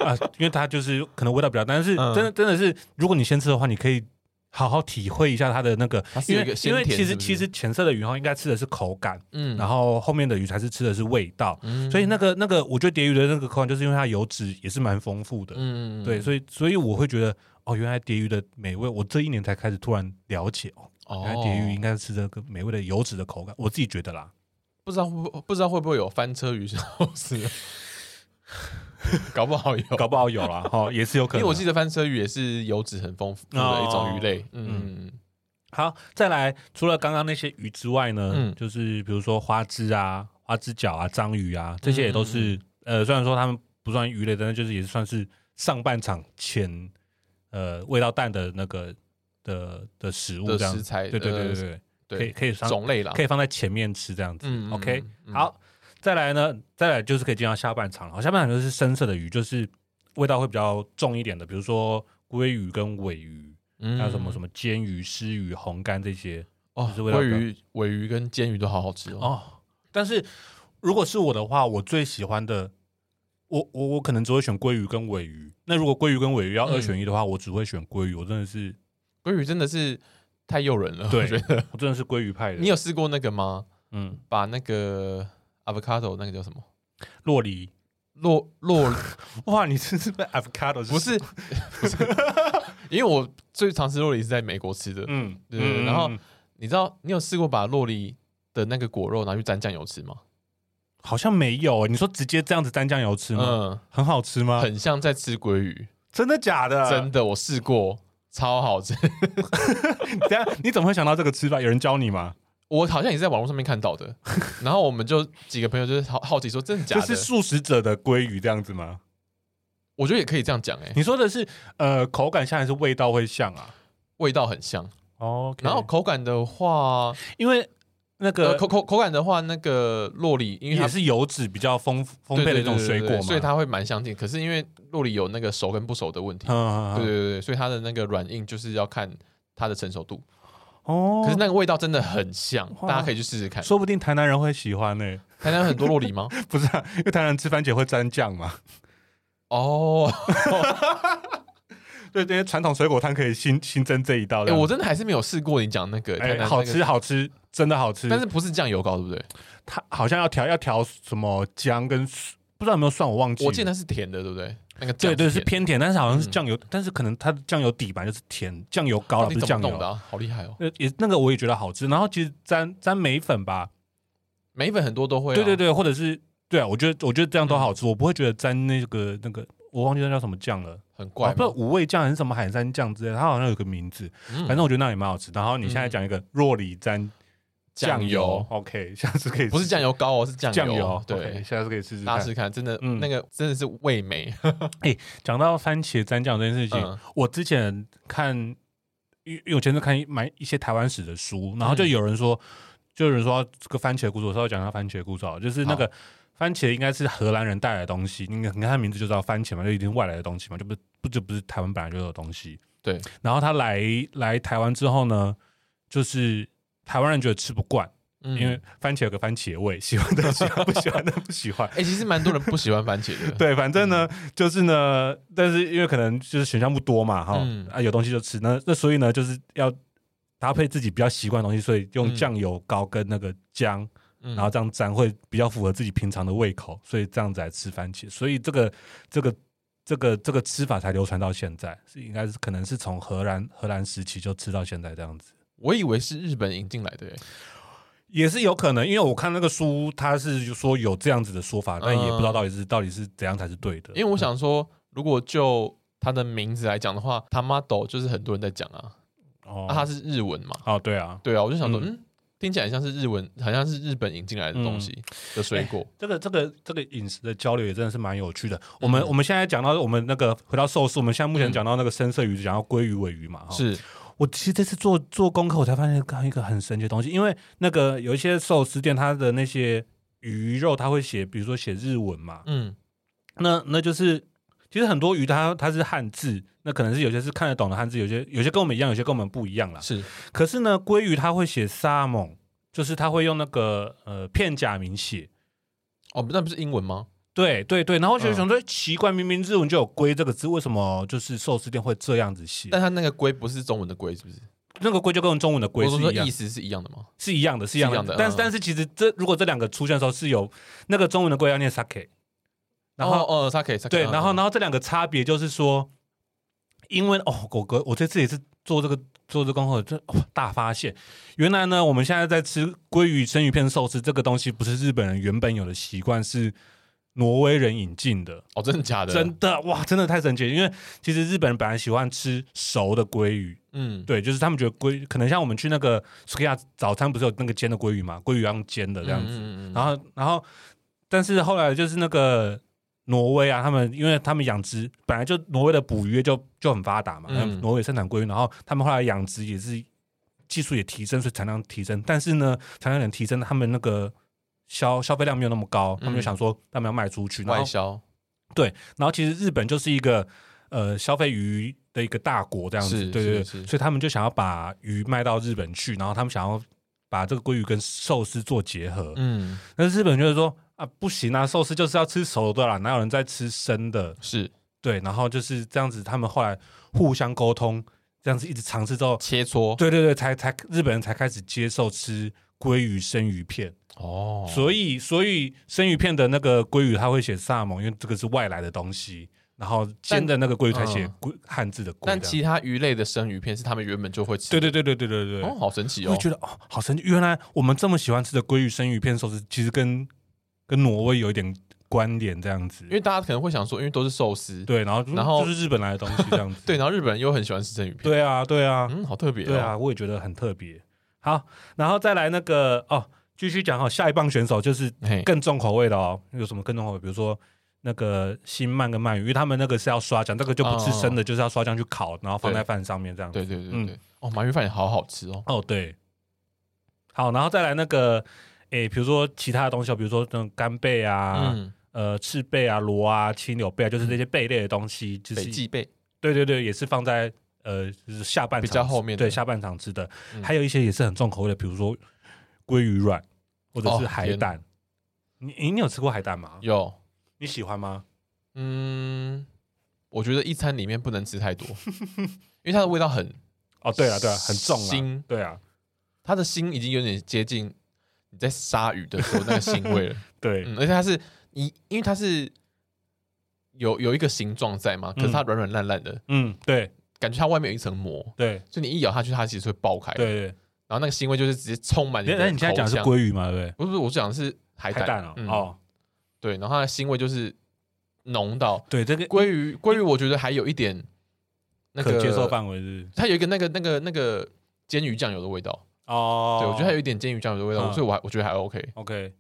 Speaker 4: 啊，因为它就是可能味道比较淡，但是
Speaker 3: 嗯
Speaker 4: 真的真的是，如果你先吃的话，你可以好好体会一下它的那个
Speaker 3: 它，是
Speaker 4: 因
Speaker 3: 有一
Speaker 4: 为
Speaker 3: 个
Speaker 4: 因为
Speaker 3: 鲜甜
Speaker 4: 其
Speaker 3: 是
Speaker 4: 实
Speaker 3: 不是
Speaker 4: 其实浅色的鱼哈应该吃的是口感，
Speaker 3: 嗯，
Speaker 4: 然
Speaker 3: 后
Speaker 4: 后后面的鱼才是吃的是味道，所以那个那个我觉得蝶鱼的那个口感，就是因为它油脂也是蛮丰富的，
Speaker 3: 嗯，
Speaker 4: 对，所以所以我会觉得哦，原来蝶鱼的美味，我这一年才开始突然了解哦，
Speaker 3: 哦
Speaker 4: 原来蝶鱼应该是这个美味的油脂的口感，我自己觉得啦，
Speaker 3: 不知道会不会不知道会不会有翻车鱼寿司， [LAUGHS] 搞不好有，
Speaker 4: 搞不好有啦，哈，也是有
Speaker 3: 哦
Speaker 4: 可
Speaker 3: 因为
Speaker 4: 能
Speaker 3: 我
Speaker 4: 啊。
Speaker 3: 记得翻车鱼也是油脂很丰富的一种鱼类。嗯
Speaker 4: 好，再来，除了刚刚那些鱼之外呢，
Speaker 3: 嗯
Speaker 4: 就是比如说花枝啊、花枝角啊、章鱼啊，这些也都
Speaker 3: 嗯
Speaker 4: 是、呃，虽然说它们不算鱼类，但是就是也算是上半场前呃味道淡的那个的的食物
Speaker 3: 的
Speaker 4: 这样
Speaker 3: 食
Speaker 4: 子。
Speaker 3: 材呃
Speaker 4: 对对对对对，
Speaker 3: 对，
Speaker 4: 可以可以放
Speaker 3: 种类啦，
Speaker 4: 可
Speaker 3: 以，
Speaker 4: 以放在前面吃这样子。
Speaker 3: 嗯
Speaker 4: OK，、好，再来呢，再来就是可以进到下半场了。好，下半场就是深色的鱼，就是味道会比较重一点的，比如说鲑鱼跟尾鱼。
Speaker 3: 嗯
Speaker 4: 还有什么什
Speaker 3: 么
Speaker 4: 么煎鱼、湿鱼、红干这些
Speaker 3: 哦，
Speaker 4: 就是味道
Speaker 3: 鲑鱼、尾鱼跟煎鱼都好好吃哦。
Speaker 4: 哦。但是如果是我的话，我最喜欢的，我我我可能只会选鲑鱼跟尾鱼。那如果鲑鱼跟尾鱼要
Speaker 3: 嗯
Speaker 4: 二选一的话，我只会选鲑鱼。我真的
Speaker 3: [LAUGHS]
Speaker 4: 是，
Speaker 3: 鲑鱼真的是太诱人了，
Speaker 4: 对
Speaker 3: 我觉得。
Speaker 4: 我真的是鲑鱼派的。
Speaker 3: [LAUGHS] 你有试过那个吗？
Speaker 4: 嗯，
Speaker 3: 把那个 avocado 那个叫什么？
Speaker 4: 洛梨，
Speaker 3: 洛
Speaker 4: [LAUGHS]
Speaker 3: 洛
Speaker 4: 哇，你真是被 avocado
Speaker 3: 不
Speaker 4: [LAUGHS]
Speaker 3: 是不是，因为我最常吃洛梨是在美国吃的。
Speaker 4: 嗯
Speaker 3: 对对对然后你知道你有试过把洛梨的那个果肉拿去沾酱油吃吗？
Speaker 4: 好像没有欸，你说直接这样子沾酱油吃吗？啊
Speaker 3: 嗯，
Speaker 4: 很好吃吗？
Speaker 3: 很像在吃鲑鱼，
Speaker 4: 真的假的？
Speaker 3: 真的，我试过，超好吃。
Speaker 4: [LAUGHS] 等一下你怎么会想到这个吃法？有人教你吗？
Speaker 3: 我好像也是在网络上面看到
Speaker 4: [LAUGHS]
Speaker 3: 的，然后我们就几个朋友就是好好奇说真的假
Speaker 4: 就
Speaker 3: 的，
Speaker 4: 是素食者的鲑鱼这样子吗？
Speaker 3: 我觉得也可以这样讲哎、
Speaker 4: 你说的是呃，口感像还是味道会像啊？
Speaker 3: 味道很像。
Speaker 4: 哦，
Speaker 3: 然后口感的话，
Speaker 4: 因为那
Speaker 3: 呃，
Speaker 4: 个
Speaker 3: 口口口感的话，那个洛梨因为它
Speaker 4: 也是油脂比较丰富丰
Speaker 3: 对
Speaker 4: 沛
Speaker 3: 对
Speaker 4: 的一种
Speaker 3: 对对
Speaker 4: 水
Speaker 3: 对
Speaker 4: 果嘛，
Speaker 3: 所以它会蛮相近。可是因为洛梨有那个熟跟不熟的问题，
Speaker 4: 嗯，嗯
Speaker 3: 对对
Speaker 4: 嗯
Speaker 3: 对对，所以它的那个软硬就是要看它的成熟度。
Speaker 4: 哦，
Speaker 3: 可是那个味道真的很像，
Speaker 4: 哇
Speaker 3: 大家可以去试试看。
Speaker 4: 说不定台南人会喜欢呢， [LAUGHS]
Speaker 3: 台南有很多洛梨吗？
Speaker 4: 不是啊，因为台南吃番茄会沾酱嘛， [LAUGHS]
Speaker 3: 哦，
Speaker 4: 对，这些传统水果摊可以新新增这一道
Speaker 3: 哎，
Speaker 4: 这样
Speaker 3: 我
Speaker 4: 子，
Speaker 3: 真的还是没有试过你讲那个台南那
Speaker 4: 哎，
Speaker 3: 个
Speaker 4: 好吃，好吃，真的好吃，
Speaker 3: 但是不是酱油膏对不对？
Speaker 4: 它好像要调要调什么姜跟蒜不知道有没有蒜，我忘记了，
Speaker 3: 我记得它是甜的，对不对？那个酱
Speaker 4: 对对是
Speaker 3: 甜的
Speaker 4: 偏甜，但是好像是
Speaker 3: 嗯
Speaker 4: 酱油，但是可能它的酱油底板就是甜，酱油膏了
Speaker 3: 哇
Speaker 4: 不
Speaker 3: 你
Speaker 4: 是
Speaker 3: 怎么
Speaker 4: 酱
Speaker 3: 弄的
Speaker 4: 油，
Speaker 3: 啊？好厉害哦！
Speaker 4: 呃也那个我也觉得好吃，然后其实沾沾梅粉吧，
Speaker 3: 每一粉很多都会啊，嗯
Speaker 4: 对对对，或者是对啊，我觉得我觉得这样都好吃，我不会觉得沾那个那个，我忘记那叫什么酱了，
Speaker 3: 很
Speaker 4: 啊
Speaker 3: 怪
Speaker 4: 不
Speaker 3: 吗
Speaker 4: 是。五味酱还是什么海山酱之类的，它好像有个名字，
Speaker 3: 嗯
Speaker 4: 反正我觉得那也蛮好吃。然后你现在讲一个若里沾
Speaker 3: 酱
Speaker 4: 酱油
Speaker 3: 油
Speaker 4: ，OK，下次可以
Speaker 3: 嗯不是
Speaker 4: 试
Speaker 3: 酱油膏哦，是酱
Speaker 4: [LAUGHS] 酱油，
Speaker 3: 对
Speaker 4: OK，，下次可以试试
Speaker 3: 大
Speaker 4: 看
Speaker 3: 家。试看，真的
Speaker 4: 嗯
Speaker 3: 那个真的是味美。
Speaker 4: 讲到番茄沾酱这件事情
Speaker 3: 嗯，
Speaker 4: 我之前看，因因为我前阵看一买一些台湾史的书，然后就
Speaker 3: 嗯
Speaker 4: 有人说，就有人说这个番茄故事，我稍微讲一下番茄故事好了，就是那个番茄应该是荷兰人带来的东西，你看你看它名字就知道番茄嘛，就一定外来的东西嘛，就不不就不是台湾本来就有的东西。
Speaker 3: 对，
Speaker 4: 然后他来来台湾之后呢，就是台湾人觉得吃不惯，
Speaker 3: 嗯
Speaker 4: 因为番茄有个番茄味，喜欢的喜欢，不喜欢的不喜欢。
Speaker 3: 哎、其实蛮多人不喜欢番茄的，
Speaker 4: [LAUGHS] 对，反正呢，就是呢，但是因为可能就是选项不多嘛，哈、
Speaker 3: 嗯
Speaker 4: 啊，有东西就吃，那那所以呢，就是要搭配自己比较习惯的东西，所以用
Speaker 3: 嗯
Speaker 4: 酱油膏跟那个姜，
Speaker 3: 嗯，
Speaker 4: 然后这样沾会比较符合自己平常的胃口，所以这样子来吃番茄，所以这个这个这个这个吃法才流传到现在，是应该是可能是从荷兰荷兰时期就吃到现在这样子。
Speaker 3: 我以为是日本引进来的、欸，
Speaker 4: 也是有可能，因为我看那个书，它是说有这样子的说法，但也不知道
Speaker 3: 嗯
Speaker 4: 到底是到底是怎样才是对的。
Speaker 3: 因为我想说，如果就它的名字来讲的话，他妈斗就是很多人在讲啊，
Speaker 4: 哦
Speaker 3: 啊，它是日文嘛，
Speaker 4: 哦，对啊，
Speaker 3: 对啊，我就想说，
Speaker 4: 嗯
Speaker 3: 嗯，听起来像是日文，好像是日本引进来的东西
Speaker 4: 嗯
Speaker 3: 的水果，
Speaker 4: 这个这个这个饮食的交流也真的是蛮有趣的。我们、我们现在讲到我们那个回到寿司，我们现在目前
Speaker 3: 嗯
Speaker 4: 讲到那个深色鱼，讲到鲑鱼、尾鱼嘛。哈
Speaker 3: 是，
Speaker 4: 我其实这次做做功课，我才发现刚一个很神奇的东西，因为那个有一些寿司店，它的那些鱼肉，它会写，比如说写日文嘛，
Speaker 3: 嗯
Speaker 4: 那那就是其实很多鱼它它是汉字，那可能是有些是看得懂的汉字，有些有些跟我们一样，有些跟我们不一样啦。
Speaker 3: 是，
Speaker 4: 可是呢，鲑鱼它会写沙蒙，就是它会用那个呃片假名写。
Speaker 3: 哦，那不是英文吗？
Speaker 4: 对对对，然后我
Speaker 3: 嗯
Speaker 4: 就想说，哎奇怪，明明日文就有“龟”这个字，为什么就是寿司店会这样子写？
Speaker 3: 但它那个龟不是中文的龟，是不是？
Speaker 4: 那个“龟”就跟中文的“龟”
Speaker 3: 我
Speaker 4: 是
Speaker 3: 说
Speaker 4: 一
Speaker 3: 意
Speaker 4: 样，
Speaker 3: 思是一样的吗？
Speaker 4: 是一样的，是一样
Speaker 3: 是
Speaker 4: 的。
Speaker 3: 一样的
Speaker 4: 但
Speaker 3: 嗯
Speaker 4: 是但是其实这如果这两个出现的时候是有那个中文的“龟”要念 “sake”，然后、
Speaker 3: 哦，哦它可以，它可以
Speaker 4: 对，然后
Speaker 3: 嗯
Speaker 4: 然后这两个差别就是说，因为哦，狗哥，我这次也是做这个做这个功课，这、哦、大发现，原来呢，我们现在在吃鲑鱼生鱼片寿司这个东西，不是日本人原本有的习惯，是挪威人引进的。
Speaker 3: 哦，真的假的？
Speaker 4: 真的哇，真的太神奇了！因为其实日本人本来喜欢吃熟的鲑鱼，
Speaker 3: 嗯，
Speaker 4: 对，就是他们觉得鲑可能像我们去那个 s k i a 早餐不是有那个煎的鲑鱼嘛，鲑鱼要用煎的这样子。
Speaker 3: 嗯嗯嗯
Speaker 4: 然后，然后，但是后来就是那个挪威啊，他们因为他们养殖本来就挪威的捕鱼业就就很发达嘛，
Speaker 3: 嗯
Speaker 4: 挪威生产鲑鱼，然后他们后来养殖也是技术也提升，所以产量提升，但是呢，产量也提升，他们那个消消费量没有那么高，他们就
Speaker 3: 嗯
Speaker 4: 想说他们要卖出去，然
Speaker 3: 外
Speaker 4: 后
Speaker 3: 销
Speaker 4: 然后其实日本就是一个呃消费鱼的一个大国这样子，
Speaker 3: 是
Speaker 4: 对对对，
Speaker 3: 是是
Speaker 4: 所以他们就想要把鱼卖到日本去，然后他们想要把这个鲑鱼跟寿司做结合。
Speaker 3: 嗯
Speaker 4: 那日本人就是说啊，不行啊，寿司就是要吃熟的啦，哪有人在吃生的？
Speaker 3: 是
Speaker 4: 对，然后就是这样子，他们后来互相沟通，这样子一直尝试之后，
Speaker 3: 切磋
Speaker 4: 对对对，才才日本人才开始接受吃鲑鱼生鱼片。
Speaker 3: 哦，
Speaker 4: 所以，所以生鱼片的那个鲑鱼，它会写萨蒙，因为这个是外来的东西。然后煎的那个鲑鱼才写
Speaker 3: 嗯
Speaker 4: 鲑汉字的鲑这样。
Speaker 3: 但其他鱼类的生鱼片是他们原本就会吃
Speaker 4: 对
Speaker 3: 的，
Speaker 4: 对对对对对对对，
Speaker 3: 哦，好神奇
Speaker 4: 我
Speaker 3: 哦
Speaker 4: 就，觉得哦，好神奇！原来我们这么喜欢吃的鲑鱼生鱼片寿司，其实跟跟挪威有一点关联，这样子。
Speaker 3: 因为大家可能会想说，因为都是寿司，
Speaker 4: 对，然后就
Speaker 3: 然后
Speaker 4: 就是日本来的东西这样子
Speaker 3: [LAUGHS] 。对，然后日本人又很喜欢吃生鱼片，
Speaker 4: 对啊，对啊，
Speaker 3: 嗯，好特别，
Speaker 4: 对，啊，我也觉得很特别。好，然后再来那个哦，继续讲好，下一棒选手就是
Speaker 3: 嘿，
Speaker 4: 更重口味的哦，有什么更重口味？比如说那个新鳗跟鳗鱼，因为他们那个是要刷酱，这个就不吃生的，就是要刷酱去烤，然后放在饭上面这样子。
Speaker 3: 哦对对对
Speaker 4: 嗯
Speaker 3: 对，哦，鳗鱼饭也好好吃哦，
Speaker 4: 哦，对。好，然后再来那个，诶，比如说其他的东西哦，比如说那种干贝啊、
Speaker 3: 嗯，
Speaker 4: 呃赤贝啊、螺啊、青柳贝啊，就是这些贝类的东西，就
Speaker 3: 北
Speaker 4: 是
Speaker 3: 极贝，
Speaker 4: 对对对，也是放在呃就是下半场
Speaker 3: 比较后面的
Speaker 4: 对下半场吃的，
Speaker 3: 嗯
Speaker 4: 还有一些也是很重口味的，比如说鲑鱼卵或者是
Speaker 3: 哦
Speaker 4: 海
Speaker 3: 天哪
Speaker 4: 胆。你你你有吃过海胆吗？
Speaker 3: 有，
Speaker 4: 你喜欢吗？
Speaker 3: 嗯，我觉得一餐里面不能吃太多，因为它的味道很，
Speaker 4: 哦， [LAUGHS] 对了对了，很重啊，
Speaker 3: 腥，
Speaker 4: 对啊，
Speaker 3: 它的腥已经有点接近你在杀鱼的时候那个腥味了，
Speaker 4: [LAUGHS] 对，
Speaker 3: 嗯，而且它是你，因为它是有有一个形状在嘛，可是它软软烂烂的，
Speaker 4: 嗯，对
Speaker 3: 感觉它外面有一层膜，
Speaker 4: 对
Speaker 3: 所以你一咬下去，它其实会爆开，
Speaker 4: 对对。
Speaker 3: 然后那个腥味就是直接充满你
Speaker 4: 那
Speaker 3: 的
Speaker 4: 那你现在讲的是
Speaker 3: 口腔
Speaker 4: 鲑鱼嘛，对
Speaker 3: 不是不是，我讲的是海
Speaker 4: 不对？
Speaker 3: 胆
Speaker 4: 海胆哦，
Speaker 3: 嗯
Speaker 4: 哦，
Speaker 3: 对，然后它的腥味就是浓到
Speaker 4: 对，这个
Speaker 3: 鲑鱼，鲑鱼我觉得还有一点那个
Speaker 4: 可接受范围是
Speaker 3: 它有一个那个那个那个煎鱼酱油的味道，
Speaker 4: 哦，
Speaker 3: 对我觉得它有一点煎鱼酱油的味道，
Speaker 4: 嗯
Speaker 3: 所以我还我觉得还 OK，
Speaker 4: OK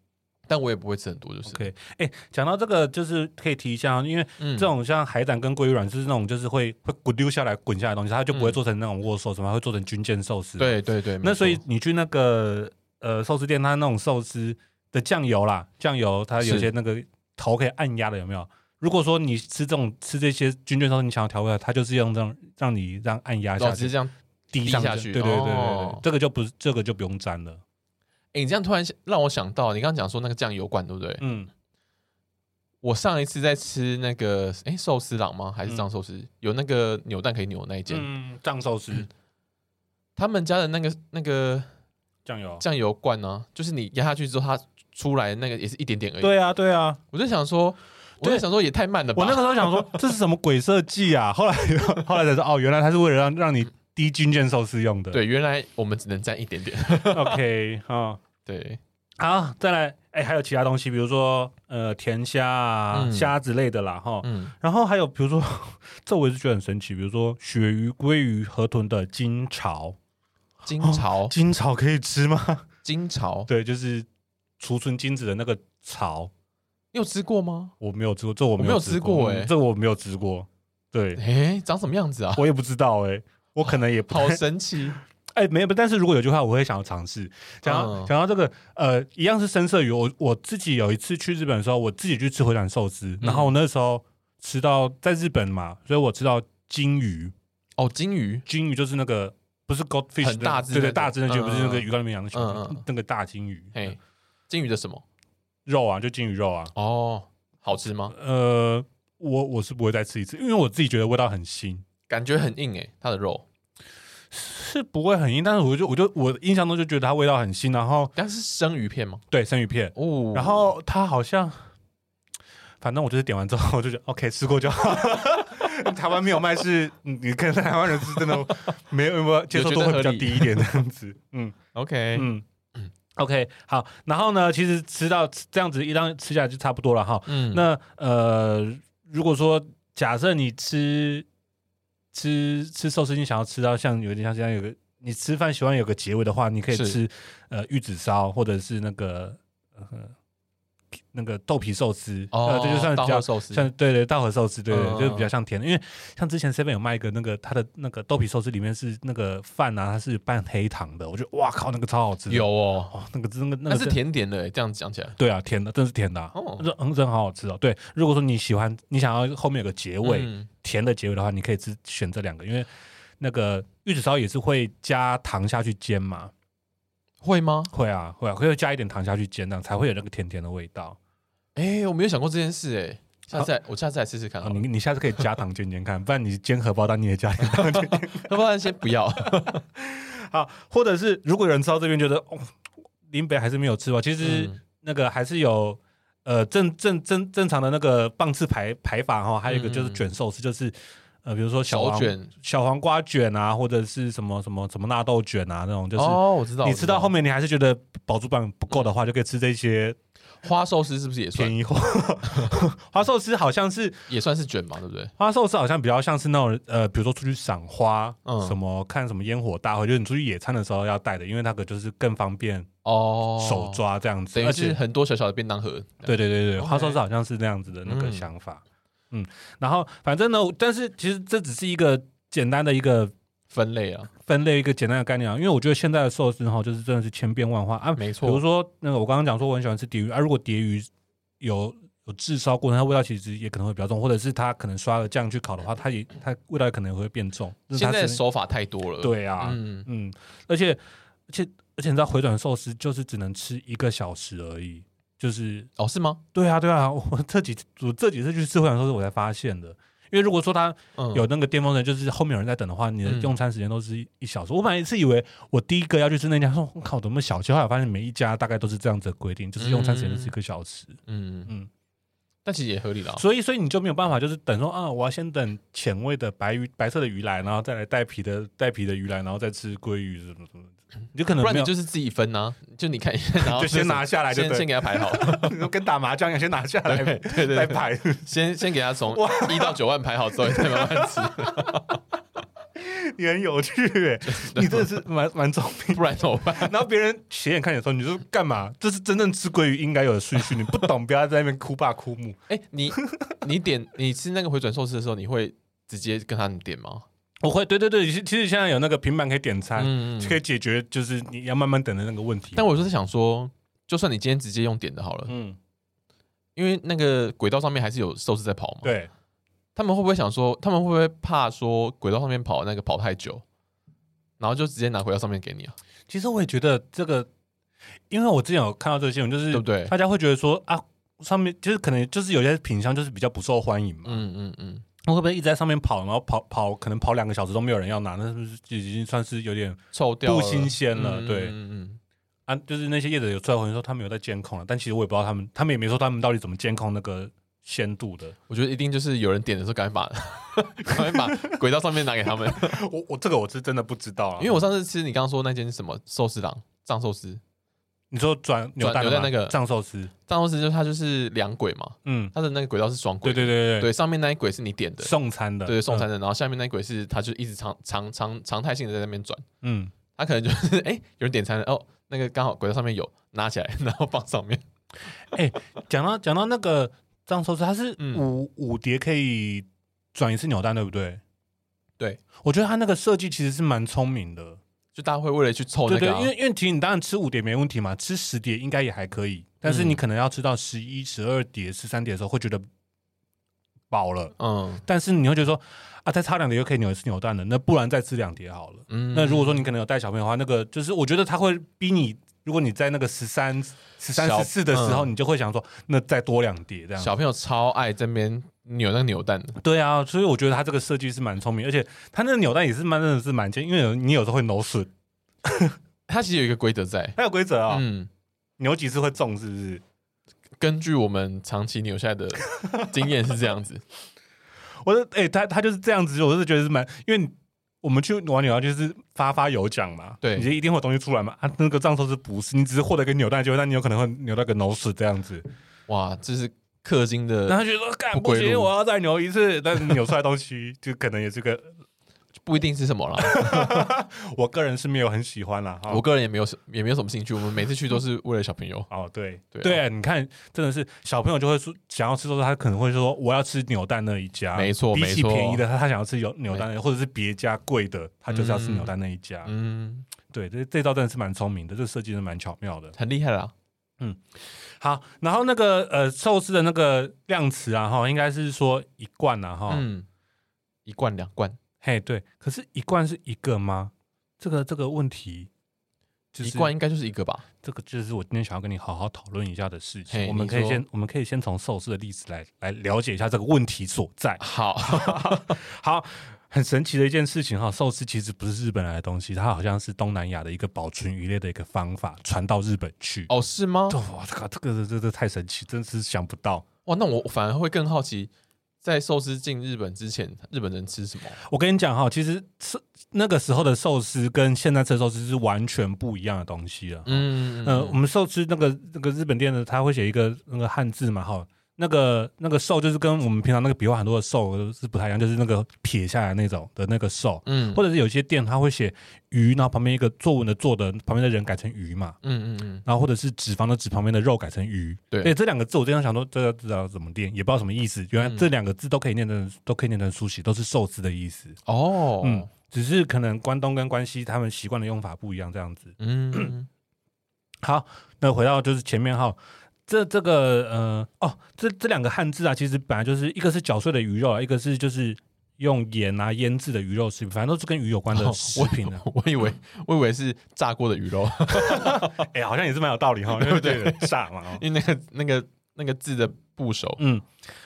Speaker 3: 但我也不会吃很多，就是
Speaker 4: OK，哎，讲到这个就是可以提一下哦，因为
Speaker 3: 嗯
Speaker 4: 这种像海胆跟鲑鱼卵就是那种就是会会滚溜下来滚下来的东西，它就不会
Speaker 3: 嗯
Speaker 4: 做成那种握寿司嘛，它会做成军舰寿司。，
Speaker 3: 对对对，没
Speaker 4: [LAUGHS] 那所以
Speaker 3: 错
Speaker 4: 你去那个呃寿司店，它那种寿司的酱油啦，酱油它有
Speaker 3: 是
Speaker 4: 些那个头可以按压的，有没有？如果说你吃这种吃这些军券烧，你想要调味的，它就是用这种让你让按压
Speaker 3: 老
Speaker 4: 下
Speaker 3: 直接
Speaker 4: 去，
Speaker 3: 这样。
Speaker 4: 滴
Speaker 3: 滴
Speaker 4: 上
Speaker 3: 下
Speaker 4: 去
Speaker 3: 去
Speaker 4: 对对对对对，
Speaker 3: 哦
Speaker 4: 这个就不是这个就不用沾了。
Speaker 3: 哎、你这样突然想让我想到，你刚刚讲说那个酱油罐，对不对？
Speaker 4: 嗯，
Speaker 3: 我上一次在吃那个哎、寿司郎吗？还是藏寿司？有那个扭蛋可以扭的那一间，
Speaker 4: 嗯，藏寿司
Speaker 3: 他们家的那个那个
Speaker 4: 酱油，
Speaker 3: 酱油罐呢、就是你压下去之后，它出来那个也是一点点而已。
Speaker 4: 对啊对啊，
Speaker 3: 我就想说，我就
Speaker 4: 对
Speaker 3: 想说也太慢了吧。
Speaker 4: 我那个时候想
Speaker 3: [LAUGHS]
Speaker 4: 说这是什么鬼设计啊，后来 [LAUGHS] 后来才知道哦，原来它是为了让让你滴军舰寿司用的。
Speaker 3: 对，原来我们只能蘸一点
Speaker 4: [LAUGHS]
Speaker 3: 点。
Speaker 4: ，OK 啊，
Speaker 3: 对，
Speaker 4: 好，再来，哎，还有其他东西，比如说呃甜虾啊、
Speaker 3: 嗯
Speaker 4: 虾之类的啦，哈。
Speaker 3: 嗯，
Speaker 4: 然后还有比如说， [LAUGHS] 这我也是觉得很神奇，比如说鳕鱼、鲑鱼、河豚的金巢，
Speaker 3: 金巢，
Speaker 4: 金巢可以吃吗？
Speaker 3: 金巢，
Speaker 4: [LAUGHS] 对，就是储存精子的那个巢，
Speaker 3: 你有吃过吗？
Speaker 4: 我没有吃过，这我
Speaker 3: 没
Speaker 4: 没
Speaker 3: 有
Speaker 4: 吃
Speaker 3: 吃过
Speaker 4: 嗯
Speaker 3: 欸
Speaker 4: 这我没有吃过， [LAUGHS] 对
Speaker 3: 哎、长什么样子
Speaker 4: [LAUGHS]
Speaker 3: 啊？
Speaker 4: 我也不知道哎、我可能也不
Speaker 3: 好
Speaker 4: 太
Speaker 3: 神奇。
Speaker 4: 哎，没有，但是如果有句话，我会想要尝试。讲到
Speaker 3: 嗯
Speaker 4: 讲到这个，呃，一样是深色鱼。我我自己有一次去日本的时候，我自己去吃回转寿司，
Speaker 3: 嗯
Speaker 4: 然后我那时候吃到在日本嘛，所以我吃到金鱼，
Speaker 3: 哦，金鱼，
Speaker 4: 金鱼就是那个不是 goldfish
Speaker 3: 很大
Speaker 4: 的
Speaker 3: 只
Speaker 4: 对
Speaker 3: 那
Speaker 4: 对，
Speaker 3: 种
Speaker 4: 大只的就
Speaker 3: 嗯
Speaker 4: 不是那个鱼缸里面养的小
Speaker 3: 嗯嗯
Speaker 4: 鱼，那个大金鱼，
Speaker 3: 嘿，金鱼的什么？
Speaker 4: 肉啊，就金鱼肉啊。
Speaker 3: 哦，好吃吗？
Speaker 4: 呃，我我是不会再吃一次，因为我自己觉得味道很腥，
Speaker 3: 感觉很硬诶、它的肉，
Speaker 4: 是不会很硬，但是我就我就我印象中就觉得它味道很腥，然后
Speaker 3: 但是生鱼片吗？
Speaker 4: 对生鱼片，
Speaker 3: 哦，
Speaker 4: 然后它好像。反正我就是点完之后，我就觉得 OK 吃过就好。 [LAUGHS] 台湾没有卖是，嗯你看台湾人是真的没有没有接受度会比较低一点这样子。 [LAUGHS] 嗯，
Speaker 3: OK，
Speaker 4: 嗯，OK，好，然后呢，其实吃到这样子一张吃下来就差不多了哈。
Speaker 3: 嗯
Speaker 4: 那呃，如果说假设你吃吃吃寿司，你想要吃到像有点像这样有个你吃饭喜欢有个结尾的话，你可以
Speaker 3: 是
Speaker 4: 吃呃玉子烧或者是那个呃那个豆皮寿司，
Speaker 3: 哦
Speaker 4: 呃，，这就算比
Speaker 3: 大
Speaker 4: 较
Speaker 3: 号寿司，
Speaker 4: 像对对，稻荷寿司，对对，
Speaker 3: 嗯
Speaker 4: 就是比较像甜的，因为像之前 Seven 有卖一个那个它的那个豆皮寿司，里面是那个饭啊，它是拌黑糖的，我觉得哇靠，那个超好吃的，
Speaker 3: 有哦，
Speaker 4: 哦，那个真的那
Speaker 3: 那
Speaker 4: 个
Speaker 3: 是
Speaker 4: 真，
Speaker 3: 甜点的、欸，这样讲起来，
Speaker 4: 对啊，甜的，真的是甜的、啊，
Speaker 3: 哦
Speaker 4: 真嗯真好好吃哦。对，如果说你喜欢，你想要后面有个结尾、
Speaker 3: 嗯
Speaker 4: 甜的结尾的话，你可以只选这两个，因为那个玉子烧也是会加糖下去煎嘛，
Speaker 3: 会吗？
Speaker 4: 会啊会啊，会加一点糖下去煎，这样才会有那个甜甜的味道。
Speaker 3: 哎、我没有想过这件事、欸，哎，下次来我下次来试试看好
Speaker 4: 嗯啊、
Speaker 3: 了，
Speaker 4: 你你下次可以加糖煎煎看， [LAUGHS] 不然你煎荷包蛋你也加点糖煎煎
Speaker 3: 要不然先不要，
Speaker 4: [LAUGHS] 好，或者是如果有人吃到这边觉得哦，林北还是没有吃完，其实
Speaker 3: 嗯
Speaker 4: 那个还是有。呃，正正正正常的那个棒次排排法哈，还有一个
Speaker 3: 嗯
Speaker 4: 就是卷寿司，就是呃，比如说 [LAUGHS] 小
Speaker 3: 手
Speaker 4: 黄
Speaker 3: 卷，
Speaker 4: 小黄瓜卷啊，或者是什么什么什么纳豆卷啊那种，就是、
Speaker 3: 哦，我知道，
Speaker 4: 你
Speaker 3: 我知
Speaker 4: 吃到
Speaker 3: 道
Speaker 4: 后面你还是觉得饱足感不够的话，就可以吃这些
Speaker 3: 花寿司是不是也算
Speaker 4: 便
Speaker 3: [LAUGHS]
Speaker 4: 宜货。花寿司好像是
Speaker 3: 也算是卷嘛，对不对？
Speaker 4: 花寿司好像比较像是那种呃，比如说出去赏花，
Speaker 3: 嗯
Speaker 4: 什么看什么烟火大会，就是你出去野餐的时候要带的，因为那个就是更方便
Speaker 3: 哦，
Speaker 4: 手抓这样子，
Speaker 3: 等于
Speaker 4: 而
Speaker 3: 是
Speaker 4: 且
Speaker 3: 很多小小的便当盒，
Speaker 4: 对对对对，
Speaker 3: OK
Speaker 4: 花寿司好像是那样子的那个
Speaker 3: 嗯
Speaker 4: 想法，嗯然后反正呢，但是其实这只是一个简单的一个
Speaker 3: 分类啊，
Speaker 4: 分类，一个简单的概念啊，因为我觉得现在的寿司哈，就是真的是千变万化啊，
Speaker 3: 没
Speaker 4: 比
Speaker 3: 错，
Speaker 4: 如说那个我刚刚讲说我很喜欢吃蝶鱼啊，如果蝶鱼有有炙烧过，它味道其实也可能会比较重，或者是它可能刷了酱去烤的话，它也它味道可能也会变重，这是它
Speaker 3: 现在的
Speaker 4: 吃
Speaker 3: 手法太多了，，
Speaker 4: 对啊，
Speaker 3: 嗯，
Speaker 4: 嗯，而且而且而且你知道回转寿司就是只能吃一个小时而已，就是
Speaker 3: 哦，是吗？
Speaker 4: 对啊对啊，我这几我这几次去吃回转寿司我才发现的。因为如果说它
Speaker 3: 嗯，
Speaker 4: 有那个巅峰人，就是后面有人在等的话，你的
Speaker 3: 嗯
Speaker 4: 用餐时间都是一一小时。我本来是以为我第一个要去吃那家，说我靠，怎么那么小气？后来发现每一家大概都是这样子的规定，就是用餐时间就是一个小时。
Speaker 3: 嗯
Speaker 4: 嗯
Speaker 3: 嗯，但其实也合理啦，
Speaker 4: 所以，所以你就没有办法，就是等说啊，我要先等浅味的白鱼、白色的鱼来，然后再来带皮的带皮的鱼来，然后再吃鲑鱼什么什么的，你就可能
Speaker 3: 不然你
Speaker 4: 没有
Speaker 3: 就是自己分呐、就你看 [LAUGHS] 一下，然后
Speaker 4: 就先拿下来就
Speaker 3: 先
Speaker 4: 对
Speaker 3: 先给他
Speaker 4: [LAUGHS]
Speaker 3: 排好，
Speaker 4: 跟打麻将一样，先拿下来
Speaker 3: 对对对
Speaker 4: 来排。
Speaker 3: 先先给他从一到九万排好之后，再慢慢
Speaker 4: [LAUGHS]
Speaker 3: 吃，
Speaker 4: [LAUGHS] 你很有趣、 [LAUGHS] 欸，你真的是蛮蛮聪明。
Speaker 3: 不然怎么办？
Speaker 4: [LAUGHS] 然后别人斜眼看你的时候，你就说干嘛？这是真正吃鲑鱼应该有的顺序，你不懂，不要在那边哭爸哭母。
Speaker 3: 哎、你你点你吃那个回转寿司的时候，你会直接跟他们点吗？
Speaker 4: 我会，对对对，其其实现在有那个平板可以点餐，
Speaker 3: 嗯
Speaker 4: 哎就可以解决就是你要慢慢等的那个问题。
Speaker 3: 但我就是想说，就算你今天直接用点的好了，
Speaker 4: 嗯，
Speaker 3: 因为那个轨道上面还是有兽是在跑嘛。，
Speaker 4: 对，
Speaker 3: 他们会不会想说，他们会不会怕说轨道上面跑那个跑太久，然后就直接拿轨道上面给你啊？
Speaker 4: 其实我也觉得这个，因为我之前有看到这个新闻，就是
Speaker 3: 对不对
Speaker 4: 大家会觉得说啊，上面就是可能就是有些品相就是比较不受欢迎嘛，
Speaker 3: 嗯嗯嗯，
Speaker 4: 那会不会一直在上面跑，然后跑跑可能跑两个小时都没有人要拿，那是不是已经算是有点
Speaker 3: 臭掉
Speaker 4: 不
Speaker 3: 了
Speaker 4: 新鲜了？对
Speaker 3: 嗯嗯
Speaker 4: 啊，就是那些业者有出来回应说他们有在监控了，啊但其实我也不知道他们，他们也没说他们到底怎么监控那个鲜度的
Speaker 3: 嗯。我觉得一定就是有人点的时候，赶快把 [LAUGHS] 赶快把轨道上面拿给他
Speaker 4: [LAUGHS]
Speaker 3: 们，
Speaker 4: 我我这个我是真的不知道啊，
Speaker 3: 因为我上次吃你刚刚说那间什么寿司郎藏寿司，
Speaker 4: 你说转扭蛋
Speaker 3: 扭
Speaker 4: 的
Speaker 3: 蛋
Speaker 4: 吗
Speaker 3: 那个
Speaker 4: 藏寿司，
Speaker 3: 藏寿司就是它就是两轨嘛，
Speaker 4: 嗯，
Speaker 3: 它的那个轨道是双轨
Speaker 4: 对
Speaker 3: 的，
Speaker 4: 对对
Speaker 3: 对，上面那一轨是你点的，
Speaker 4: 送餐的，嗯
Speaker 3: 对送餐
Speaker 4: 的，
Speaker 3: 的，然后下面那一轨是它就一直常常常常态性的在那边转，
Speaker 4: 嗯，
Speaker 3: 它可能就是 [LAUGHS] 哎、有人点餐了哦，那个刚好轨道上面有拿起来，然 [LAUGHS] 后放上面，
Speaker 4: 嗯讲到讲到那个藏寿司，它是
Speaker 3: 嗯
Speaker 4: 五五碟可以转一次扭蛋，对不对？
Speaker 3: 对，
Speaker 4: 我觉得它那个设计其实是蛮聪明的，
Speaker 3: 就大家会为了去凑
Speaker 4: 对
Speaker 3: 那
Speaker 4: 对
Speaker 3: 个、啊，
Speaker 4: 因为因为其实你当然吃五碟没问题嘛，吃十碟应该也还可以，但是
Speaker 3: 嗯
Speaker 4: 你可能要吃到十一、十二碟、十三碟的时候会觉得饱了，
Speaker 3: 嗯
Speaker 4: 但是你会觉得说啊，再差两碟就可以扭一次扭蛋了，那不然再吃两碟好了。
Speaker 3: 嗯，
Speaker 4: 那如果说你可能有带小朋友的话，那个就是我觉得他会逼你，如果你在那个十三、十三、
Speaker 3: 小
Speaker 4: 十四的时候，
Speaker 3: 嗯
Speaker 4: 你就会想说，那再多两碟这样。
Speaker 3: 小朋友超爱这边扭那个扭蛋的，
Speaker 4: 对啊，所以我觉得他这个设计是蛮聪明，而且他那个扭蛋也是蛮真的是蛮尖，因为有你有时候会扭损，
Speaker 3: 它其实有一个规则在，
Speaker 4: 还有规则啊，
Speaker 3: 嗯。
Speaker 4: 扭几次会中是不是？
Speaker 3: 根据我们长期扭下
Speaker 4: [LAUGHS]
Speaker 3: 来的经验是这样子，
Speaker 4: 我说，哎、他他就是这样子，我是觉得是蛮，因为你我们去玩扭蛋就是发发有奖嘛，
Speaker 3: 对
Speaker 4: 你就一定会有东西出来嘛。啊，那个藏寿司不是，你只是获得一个扭蛋机会，但你有可能会扭到一个扭死这样子。
Speaker 3: 哇，这是氪金
Speaker 4: 然
Speaker 3: 的，
Speaker 4: 后他就说，干
Speaker 3: 呃不
Speaker 4: 不
Speaker 3: 归
Speaker 4: 行，
Speaker 3: 路
Speaker 4: 我要再扭一次，但是扭出来的东西就可能也是个，
Speaker 3: 不一定是什么啦。
Speaker 4: 我个人是没有很喜欢啦。哈。
Speaker 3: 我个人也没有什也没有什么兴趣，我们每次去都是为了小朋友
Speaker 4: 哦，对
Speaker 3: 对啊
Speaker 4: 你看，真的是小朋友就会说想要吃寿司，他可能会说我要吃扭蛋那一家，
Speaker 3: 没错
Speaker 4: 比
Speaker 3: 没
Speaker 4: 起
Speaker 3: 错
Speaker 4: 便宜的，他他想要吃有扭蛋的，或者是别家贵的，他就是要吃扭蛋那一家。
Speaker 3: 嗯，
Speaker 4: 对，这这招真的是蛮聪明的，这设计真的蛮巧妙的。
Speaker 3: 很厉害啦。
Speaker 4: 好，然后那个呃寿司的那个量词啊，哈，应该是说一罐啊，哈，
Speaker 3: 嗯，一罐两罐，
Speaker 4: 嘿，对，可是一罐是一个吗？这个这个问题，就是
Speaker 3: 一罐应该就是一个吧？
Speaker 4: 这个就是我今天想要跟你好好讨论一下的事情。
Speaker 3: 嘿
Speaker 4: 我们
Speaker 3: 你
Speaker 4: 可以
Speaker 3: 说
Speaker 4: 先我们可以先从寿司的例子来来了解一下这个问题所
Speaker 3: [LAUGHS]
Speaker 4: 在。 [LAUGHS]
Speaker 3: 好，
Speaker 4: 好，很神奇的一件事情哈，寿司其实不是日本来的东西，它好像是东南亚的一个保存鱼类的一个方法，传到日本去。
Speaker 3: 哦，是吗？
Speaker 4: 这哇，这个这个这个太神奇，真是想不到。
Speaker 3: 哇，那我反而会更好奇，在寿司进日本之前，日本人吃什么？
Speaker 4: 我跟你讲哈，其实是那个时候的寿司跟现在吃的寿司是完全不一样的东西了。嗯，
Speaker 3: 嗯
Speaker 4: 呃，我们寿司那个那个日本店的，他会写一个那个汉字嘛，哈，那个那个寿就是跟我们平常那个笔画很多的寿是不太一样，就是那个撇下来那种的那个寿，
Speaker 3: 嗯
Speaker 4: 或者是有些店他会写鱼，然后旁边一个作文的作的旁边的人改成鱼嘛，
Speaker 3: 嗯嗯嗯，
Speaker 4: 然后或者是脂肪的脂旁边的肉改成鱼。
Speaker 3: 对
Speaker 4: 哎，这两个字我经常想说，这个字要怎么念，也不知道什么意思。原来这两个字都可以念成，都可以念成苏西，都是寿司的意思。
Speaker 3: 哦，
Speaker 4: 嗯，只是可能关东跟关西他们习惯的用法不一样，这样子。
Speaker 3: 嗯，
Speaker 4: 好，那回到就是前面哈，这这个呃哦，这这两个汉字啊，其实本来就是一个是绞碎的鱼肉啊，一个是就是用盐啊腌制的鱼肉食品，反正都是跟鱼有关的
Speaker 3: 哦
Speaker 4: 食
Speaker 3: 我
Speaker 4: 品啊。
Speaker 3: 我以 [LAUGHS] 为我以为是炸过的鱼肉，
Speaker 4: 哎、好像也是蛮有道理哈， [LAUGHS] 对不对？傻嘛、哦。
Speaker 3: 因为那个那个那个字的部首，
Speaker 4: 嗯，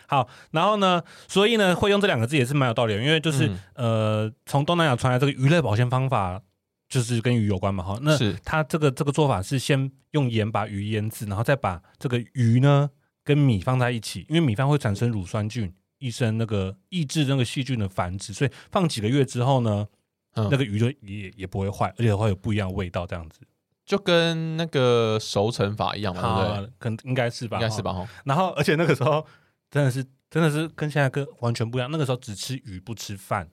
Speaker 4: 好，然后呢，所以呢，会用这两个字也是蛮有道理的，因为就是、
Speaker 3: 嗯
Speaker 4: 呃，从东南亚传来这个鱼类保鲜方法，就是跟鱼有关嘛，哈，那
Speaker 3: 是
Speaker 4: 它这个这个做法是先用盐把鱼腌制，然后再把这个鱼呢跟米放在一起，因为米饭会产生乳酸菌，抑生那个抑制那个细菌的繁殖，所以放几个月之后呢，
Speaker 3: 嗯
Speaker 4: 那个鱼就也也不会坏，而且会有不一样的味道，这样子，
Speaker 3: 就跟那个熟成法一样嘛，对不对？
Speaker 4: 啊，可能应该是吧，
Speaker 3: 应该是
Speaker 4: 哈
Speaker 3: 吧？吼，
Speaker 4: 然后而且那个时候真的是真的是跟现在跟完全不一样，那个时候只吃鱼不吃饭，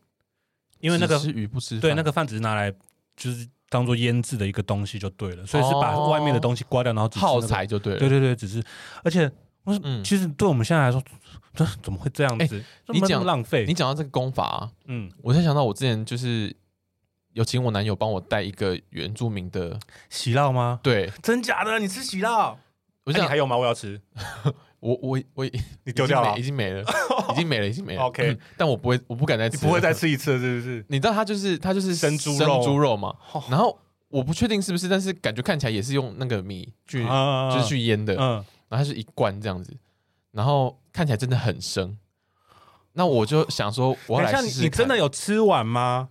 Speaker 4: 因为那个
Speaker 3: 只吃鱼不吃饭
Speaker 4: 对那个饭只是拿来就是当做腌制的一个东西就对了，所以是把
Speaker 3: 哦
Speaker 4: 外面的东西刮掉，然后只吃那
Speaker 3: 耗
Speaker 4: 个
Speaker 3: 材就对了。
Speaker 4: 对对对，只是而且我是、
Speaker 3: 嗯哎
Speaker 4: 其实对我们现在来说，这怎么会这样子？这
Speaker 3: 你
Speaker 4: 么
Speaker 3: 讲
Speaker 4: 浪费
Speaker 3: 你，讲到这个功法、啊，
Speaker 4: 嗯，
Speaker 3: 我才想到我之前就是有请我男友帮我带一个原住民的，
Speaker 4: 喜酪吗？
Speaker 3: 对
Speaker 4: 真假的？你吃喜酪？
Speaker 3: 我
Speaker 4: 我
Speaker 3: 就
Speaker 4: 啊你
Speaker 3: 想
Speaker 4: 还有吗？我要吃。
Speaker 3: 我我我
Speaker 4: 你丢掉了
Speaker 3: 啊
Speaker 4: 啊
Speaker 3: 已经没了，已经没了，已经没了。
Speaker 4: [LAUGHS] OK
Speaker 3: 嗯但我不会，我不敢再吃，
Speaker 4: 你不会再。吃一次了是不是？
Speaker 3: 你知道它就是它就是
Speaker 4: 生猪肉
Speaker 3: 生猪肉嘛
Speaker 4: [LAUGHS] 哦，
Speaker 3: 然后我不确定是不是，但是感觉看起来也是用那个米去
Speaker 4: 啊
Speaker 3: 就是去腌的，然后
Speaker 4: 嗯，
Speaker 3: 它是一罐这样子，然后看起来真的很生。那我就想说，我要
Speaker 4: 等一
Speaker 3: 来
Speaker 4: 下，
Speaker 3: 试
Speaker 4: 你
Speaker 3: 试
Speaker 4: 你真的
Speaker 3: 看
Speaker 4: 有吃完吗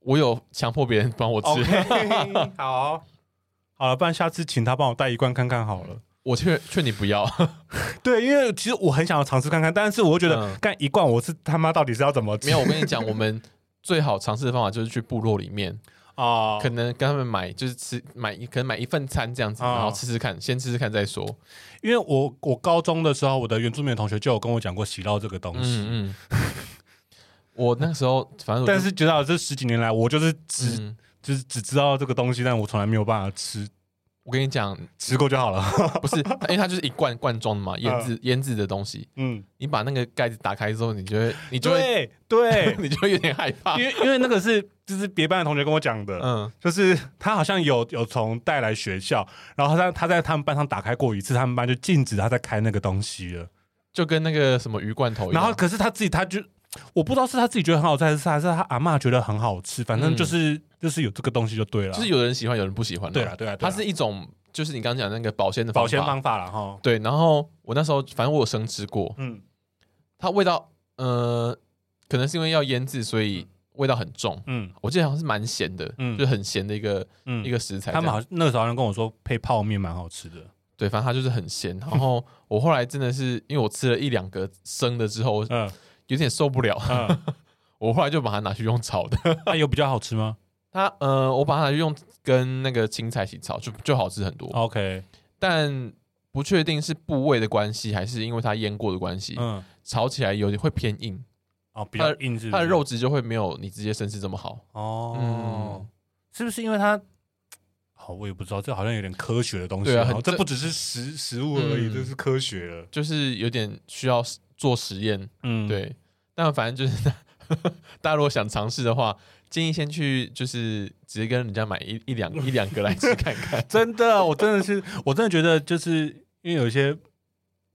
Speaker 3: 我有强迫别人帮我吃，
Speaker 4: ？OK，好， [LAUGHS] 好了，不然下次请他帮我带一罐看看好了。
Speaker 3: [LAUGHS] 我劝劝你不要，
Speaker 4: [LAUGHS]
Speaker 3: [LAUGHS]
Speaker 4: 对，因为其实我很想要尝试看看，但是我又觉得
Speaker 3: 嗯
Speaker 4: 干一罐我是他妈到底是要怎么吃？
Speaker 3: 没有，我跟你讲，我们最好尝试的方法就是去部落里面，
Speaker 4: 啊，
Speaker 3: 可能跟他们买，就是吃买一，可能买一份餐这样子，
Speaker 4: 哦
Speaker 3: 然后吃吃看，先吃吃看再说。
Speaker 4: 因为我我高中的时候，我的原住民的同学就有跟我讲过喜酪这个东西，
Speaker 3: 嗯嗯， [LAUGHS] 我那时候反正我就
Speaker 4: 但是直到这十几年来，我就是只、
Speaker 3: 嗯，
Speaker 4: 就是只知道这个东西，但我从来没有办法吃
Speaker 3: 我跟你讲，
Speaker 4: 吃过就好了。
Speaker 3: 不
Speaker 4: [LAUGHS]
Speaker 3: 是，因为它就是一罐罐装的嘛，腌制腌制的东西，
Speaker 4: [LAUGHS] 嗯，
Speaker 3: 你把那个盖子打开之后，你就会你就会，
Speaker 4: 对 [LAUGHS]
Speaker 3: [LAUGHS]
Speaker 4: 对
Speaker 3: 你就会有点害怕
Speaker 4: 因。为因为那个是就是别班的同学跟我讲的，
Speaker 3: 嗯，
Speaker 4: 就是他好像有有从带来学校，然后他他在他们班上打开过一次，他们班就禁止他在开那个东西了。
Speaker 3: 就跟那个什么鱼罐头一样，
Speaker 4: 然后可是他自己他就我不知道是他自己觉得很好吃，还是还是他阿嬷觉得很好吃，反正就是、嗯就是有这个东西就对了，
Speaker 3: 就是有人喜欢，有人不喜欢啊。
Speaker 4: 对了对了，对
Speaker 3: 它
Speaker 4: 啦
Speaker 3: 是一种就是你刚刚讲的那个保鲜的
Speaker 4: 保鲜
Speaker 3: 法
Speaker 4: 方法了哈。
Speaker 3: 对，然后我那时候反正我有生吃过，
Speaker 4: 嗯
Speaker 3: 它味道，呃，可能是因为要腌制，所以味道很重。
Speaker 4: 嗯
Speaker 3: 我记得好像是蛮咸的，
Speaker 4: 嗯
Speaker 3: 就是很咸的一个、
Speaker 4: 嗯，
Speaker 3: 一个食材这
Speaker 4: 他
Speaker 3: 样。
Speaker 4: 们好像那个时候好像跟我说配泡面蛮好吃 [LAUGHS] 的。
Speaker 3: 对，反正它就是很咸。然后我后来真的是因为我吃了一两个生的之后，我
Speaker 4: 嗯
Speaker 3: 有点受不了， [LAUGHS]
Speaker 4: 嗯，
Speaker 3: 我后来就把它拿去用炒的。
Speaker 4: 那啊有比较好吃吗
Speaker 3: 它呃，我把它拿去用跟那个青菜一起炒，就就好吃很
Speaker 4: 啊
Speaker 3: 多。
Speaker 4: ？OK，
Speaker 3: 但不确定是部位的关系，还是因为它腌过的关系，
Speaker 4: 嗯，
Speaker 3: 炒起来有点会偏硬，
Speaker 4: 哦，比较硬是不是
Speaker 3: 它的肉质就会没有你直接生吃这么好。
Speaker 4: 哦
Speaker 3: 嗯，
Speaker 4: 是不是因为它？好，我也不知道，这好像有点科学的东西。
Speaker 3: 对啊
Speaker 4: 然后
Speaker 3: 很
Speaker 4: 这
Speaker 3: 这
Speaker 4: 不只是食食物而已，
Speaker 3: 嗯
Speaker 4: 这是科学了。
Speaker 3: 就是有点需要实做实验，
Speaker 4: 嗯，
Speaker 3: 对。但反正就是 [LAUGHS] 大家如果想尝试的话，建议先去就是直接跟人家买一一
Speaker 4: [LAUGHS]
Speaker 3: 两一两个来吃看看。
Speaker 4: 真的，我真的 [LAUGHS] 是，我真的觉得，就是因为有一些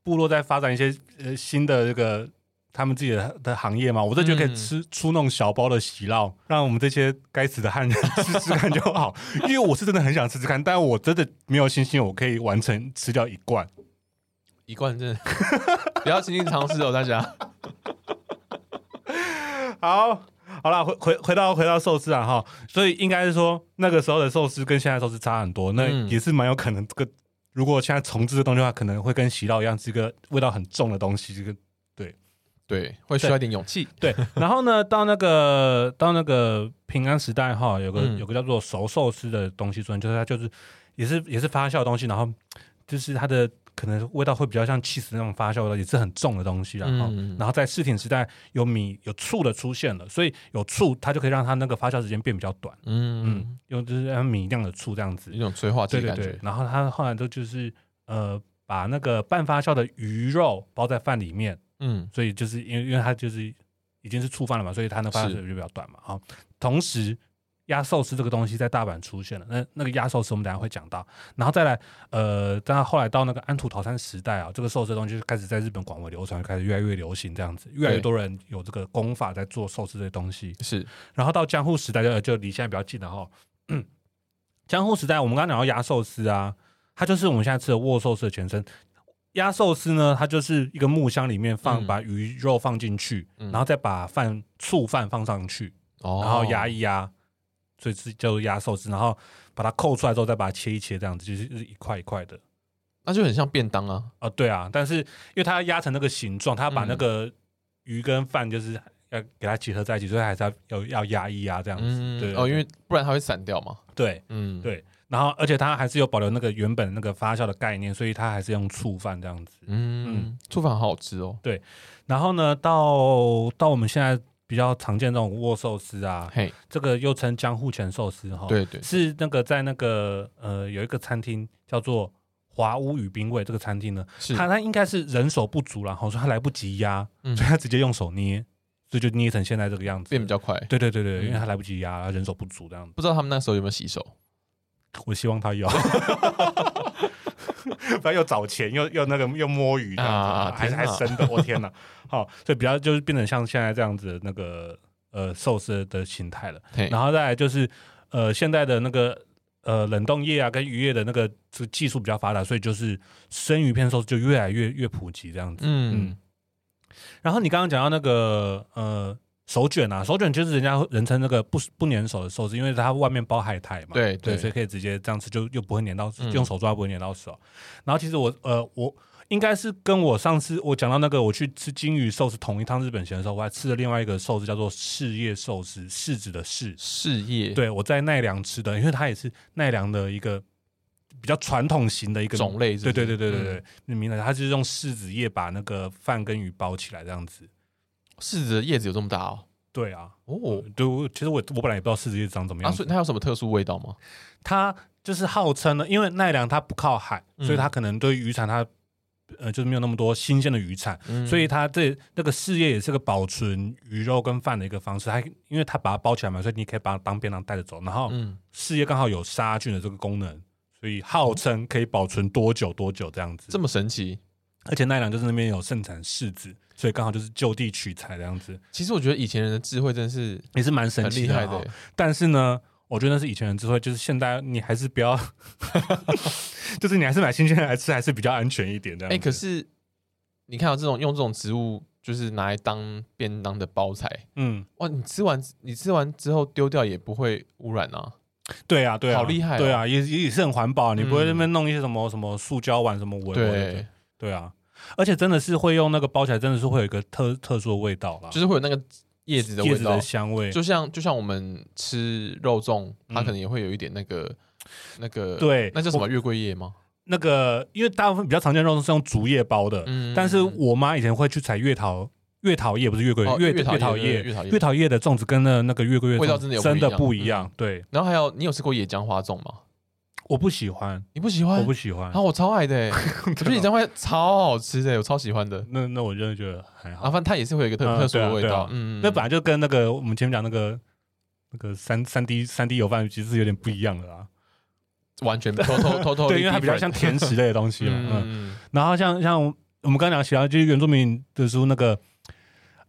Speaker 4: 部落在发展一些呃新的这个他们自己的的行业嘛，我真的觉得可以
Speaker 3: 嗯
Speaker 4: 吃、出那种小包的喜酪，让我们这些该死的汉人吃吃看就好。因为我是真的很想吃吃看，但我真的没有信心我可以完成吃掉一罐。
Speaker 3: 一罐真的 [LAUGHS] 不要轻易尝试哦，大
Speaker 4: [LAUGHS]
Speaker 3: 家。
Speaker 4: 好，好啦，回回回到回到寿司啊哈，所以应该是说那个时候的寿司跟现在的寿司差很多，那
Speaker 3: 嗯
Speaker 4: 也是蛮有可能这个。如果现在重置的东西的话，可能会跟喜酪一样，是一个味道很重的东西，这个
Speaker 3: 对，会需要一点勇气。
Speaker 4: 对， [LAUGHS] 然后呢，到那个到那个平安时代哈，有个、
Speaker 3: 嗯
Speaker 4: 有个叫做熟寿司的东西出现，就是它就是也是也是发酵的东西，然后就是它的可能味道会比较像 cheese 那种发酵的，也是很重的东西然后、
Speaker 3: 嗯
Speaker 4: 然后在柿田时代有米有醋的出现了，所以有醋它就可以让它那个发酵时间变比较短，
Speaker 3: 嗯，
Speaker 4: 嗯，用就是让米酿的醋这样子
Speaker 3: 一，种催化剂
Speaker 4: 对
Speaker 3: 的感
Speaker 4: 对
Speaker 3: 觉。
Speaker 4: 对，然后它后来都就是呃把那个半发酵的鱼肉包在饭里面。
Speaker 3: 嗯
Speaker 4: 所以就是因为因为它就是已经是触犯了嘛，所以它的发酵
Speaker 3: 是
Speaker 4: 时间就比较短嘛。好，同时压寿司这个东西在大阪出现了，那那个压寿司我们等一下会讲到，然后再来呃，但后来到那个安土桃山时代啊，这个寿司的东西就开始在日本广为流传，开始越来越流行，这样子，越来越
Speaker 3: 对
Speaker 4: 多人有这个功法在做寿司这些东西。
Speaker 3: 是
Speaker 4: 然后到江户时代呃就就离现在比较近了哈。 [CLEARS THROAT] 江户时代，我们刚刚讲到压寿司啊，它就是我们现在吃的握寿司的前身。压寿司呢，它就是一个木箱里面放、
Speaker 3: 嗯
Speaker 4: 把鱼肉放进去，
Speaker 3: 嗯
Speaker 4: 然后再把饭醋饭放上去，
Speaker 3: 哦，
Speaker 4: 然后压一压，所以是叫做压寿司。然后把它扣出来之后，再把它切一切，这样子就是一块一块的。
Speaker 3: 那就很像便当啊。
Speaker 4: 啊，对啊，但是因为它要压成那个形状，它要把
Speaker 3: 嗯
Speaker 4: 那个鱼跟饭就是要给它结合在一起，所以还是要要要压一压这样子。
Speaker 3: 嗯
Speaker 4: 对，
Speaker 3: 哦，
Speaker 4: 对
Speaker 3: 因为不然它会散掉嘛。
Speaker 4: 对。
Speaker 3: 嗯，
Speaker 4: 对然后，而且它还是有保留那个原本那个发酵的概念，所以它还是用醋饭这样子。
Speaker 3: 嗯，醋饭好好吃哦。
Speaker 4: 然后呢，到到我们现在比较常见这种握寿司啊，
Speaker 3: 嘿，
Speaker 4: 这个又称江户前寿司哈，，
Speaker 3: 对对，
Speaker 4: 是那个在那个呃有一个餐厅叫做华屋与兵卫这个餐厅呢，
Speaker 3: 是
Speaker 4: 它它应该是人手不足啦，然后说它来不及压， [LAUGHS]
Speaker 3: 嗯
Speaker 4: 所以它直接用手捏，所以就捏成现在这个样子
Speaker 3: 变。比较快。
Speaker 4: 对对对对，因为
Speaker 3: 嗯
Speaker 4: 它来不及压，它人手不足这样子。
Speaker 3: 不知道他们那时候有没有洗手？
Speaker 4: 我希望它有。 [LAUGHS] 反正又找钱，又又那个又摸鱼这样子，
Speaker 3: 啊
Speaker 4: 还是
Speaker 3: 天
Speaker 4: 还
Speaker 3: 哪
Speaker 4: 生的，我天哪！好，所以比较就是变成像现在这样子的那个呃寿司的形态了。
Speaker 3: 嘿
Speaker 4: 然后再来就是呃现在的那个呃冷冻业啊跟渔业的那个这个技术比较发达，所以就是生鱼片寿司就越来越越普及这样子。
Speaker 3: 嗯
Speaker 4: 嗯然后你刚刚讲到那个呃手卷啊，手卷就是人家人称那个不不粘手的寿司，因为它外面包海苔嘛，
Speaker 3: 对
Speaker 4: 嗯对
Speaker 3: 对
Speaker 4: 所以可以直接这样吃，就又不会粘到、
Speaker 3: 嗯
Speaker 4: 用手抓不会粘到手。然后其实我呃我应该是跟我上次我讲到那个我去吃金鱼寿司同一趟日本行的时候，我还吃了另外一个寿司叫做事业寿司，柿子的柿。
Speaker 3: 事业
Speaker 4: 对，我在奈良吃的，因为它也是奈良的一个比较传统型的一个
Speaker 3: 种类是不
Speaker 4: 对
Speaker 3: 是，
Speaker 4: 对对对对
Speaker 3: 嗯，
Speaker 4: 对，那名字它就是用柿子叶把那个饭跟鱼包起来这样子。
Speaker 3: 柿子的叶子有这么大哦？
Speaker 4: 对啊，
Speaker 3: 哦，
Speaker 4: 就其实我我本来也不知道柿子叶长怎
Speaker 3: 啊，
Speaker 4: 么样
Speaker 3: 所以
Speaker 4: 子，
Speaker 3: 它有什么特殊味道吗？
Speaker 4: 它就是号称呢，因为奈良它不靠海，
Speaker 3: 嗯
Speaker 4: 所以它可能对于渔产它呃就是没有那么多新鲜的渔产，
Speaker 3: 嗯
Speaker 4: 所以它这那个事业也是个保存鱼肉跟饭的一个方式。它因为它把它包起来嘛，所以你可以把它当便当带着走，然后
Speaker 3: 嗯，
Speaker 4: 事业刚好有杀菌的这个功能，所以号称可以保存多久多久这样子。
Speaker 3: 这么神奇。
Speaker 4: 而且奈良就是那边有盛产柿子，所以刚好就是就地取材这样子，
Speaker 3: 其实我觉得以前人的智慧真是
Speaker 4: 也是蛮神
Speaker 3: 很
Speaker 4: 奇
Speaker 3: 厉害
Speaker 4: 哈
Speaker 3: 的耶，
Speaker 4: 但是呢，我觉得那是以前的智慧，就是现代你还是不要， [LAUGHS] 就是你还是买新鲜的来吃，还是比较安全一点这样
Speaker 3: 哎、
Speaker 4: 子。
Speaker 3: 可是你看到这种用这种植物，就是拿来当便当的包材，
Speaker 4: 嗯，
Speaker 3: 哇，你吃完你吃完之后丢掉也不会污染啊。
Speaker 4: 对啊，对啊，
Speaker 3: 好厉害哦
Speaker 4: 对啊，也也也是很环保，你不会
Speaker 3: 嗯
Speaker 4: 那边弄一些什么什么塑胶碗什么围
Speaker 3: 对
Speaker 4: 的，，对啊。而且真的是会用那个包起来，真的是会有一个特特殊的味道啦，
Speaker 3: 就是会有那个叶子的
Speaker 4: 叶
Speaker 3: 味
Speaker 4: 子
Speaker 3: 道
Speaker 4: 的，香味，
Speaker 3: 就像就像我们吃肉粽，它
Speaker 4: 嗯
Speaker 3: 可能也会有一点那个那个，
Speaker 4: 对
Speaker 3: 那叫什么
Speaker 4: 我
Speaker 3: 月桂叶吗？
Speaker 4: 那个，因为大部分比较常见的肉粽是用竹叶包的，
Speaker 3: 嗯
Speaker 4: 但是我妈以前会去采月桃，月桃叶不是月桂
Speaker 3: 哦，
Speaker 4: 月
Speaker 3: 月桃叶
Speaker 4: 桃
Speaker 3: 对
Speaker 4: 叶，
Speaker 3: 月桃叶
Speaker 4: 月桃叶的粽子跟那那个月桂叶
Speaker 3: 味道
Speaker 4: 粽
Speaker 3: 真的有不一
Speaker 4: 真的
Speaker 3: 样嗯
Speaker 4: 不一样。对，
Speaker 3: 然后还有，你有吃过野姜花粽吗？
Speaker 4: 我不喜欢，
Speaker 3: 你不喜欢？
Speaker 4: 我不喜欢 [LAUGHS]
Speaker 3: 啊，。我超爱的欸，我觉得野姜花超好吃的，我超喜
Speaker 4: [LAUGHS]
Speaker 3: 欢的。
Speaker 4: 那那我真的觉得还
Speaker 3: 啊，
Speaker 4: 好
Speaker 3: 反。正它也是会有一个特
Speaker 4: 嗯
Speaker 3: 特殊
Speaker 4: 对啊
Speaker 3: 的味
Speaker 4: 对
Speaker 3: 道
Speaker 4: 啊，
Speaker 3: 嗯，
Speaker 4: 那本来就跟那个我们前面讲那个那个三三 D 三 D 油饭其实是有点不一样的啦。
Speaker 3: 完全偷偷偷偷，
Speaker 4: [LAUGHS] 对，因为它比较像甜食类的东西嘛。嗯，
Speaker 3: [LAUGHS] 嗯，
Speaker 4: 然后像像我们刚刚讲起来，就是原住民的时候，那个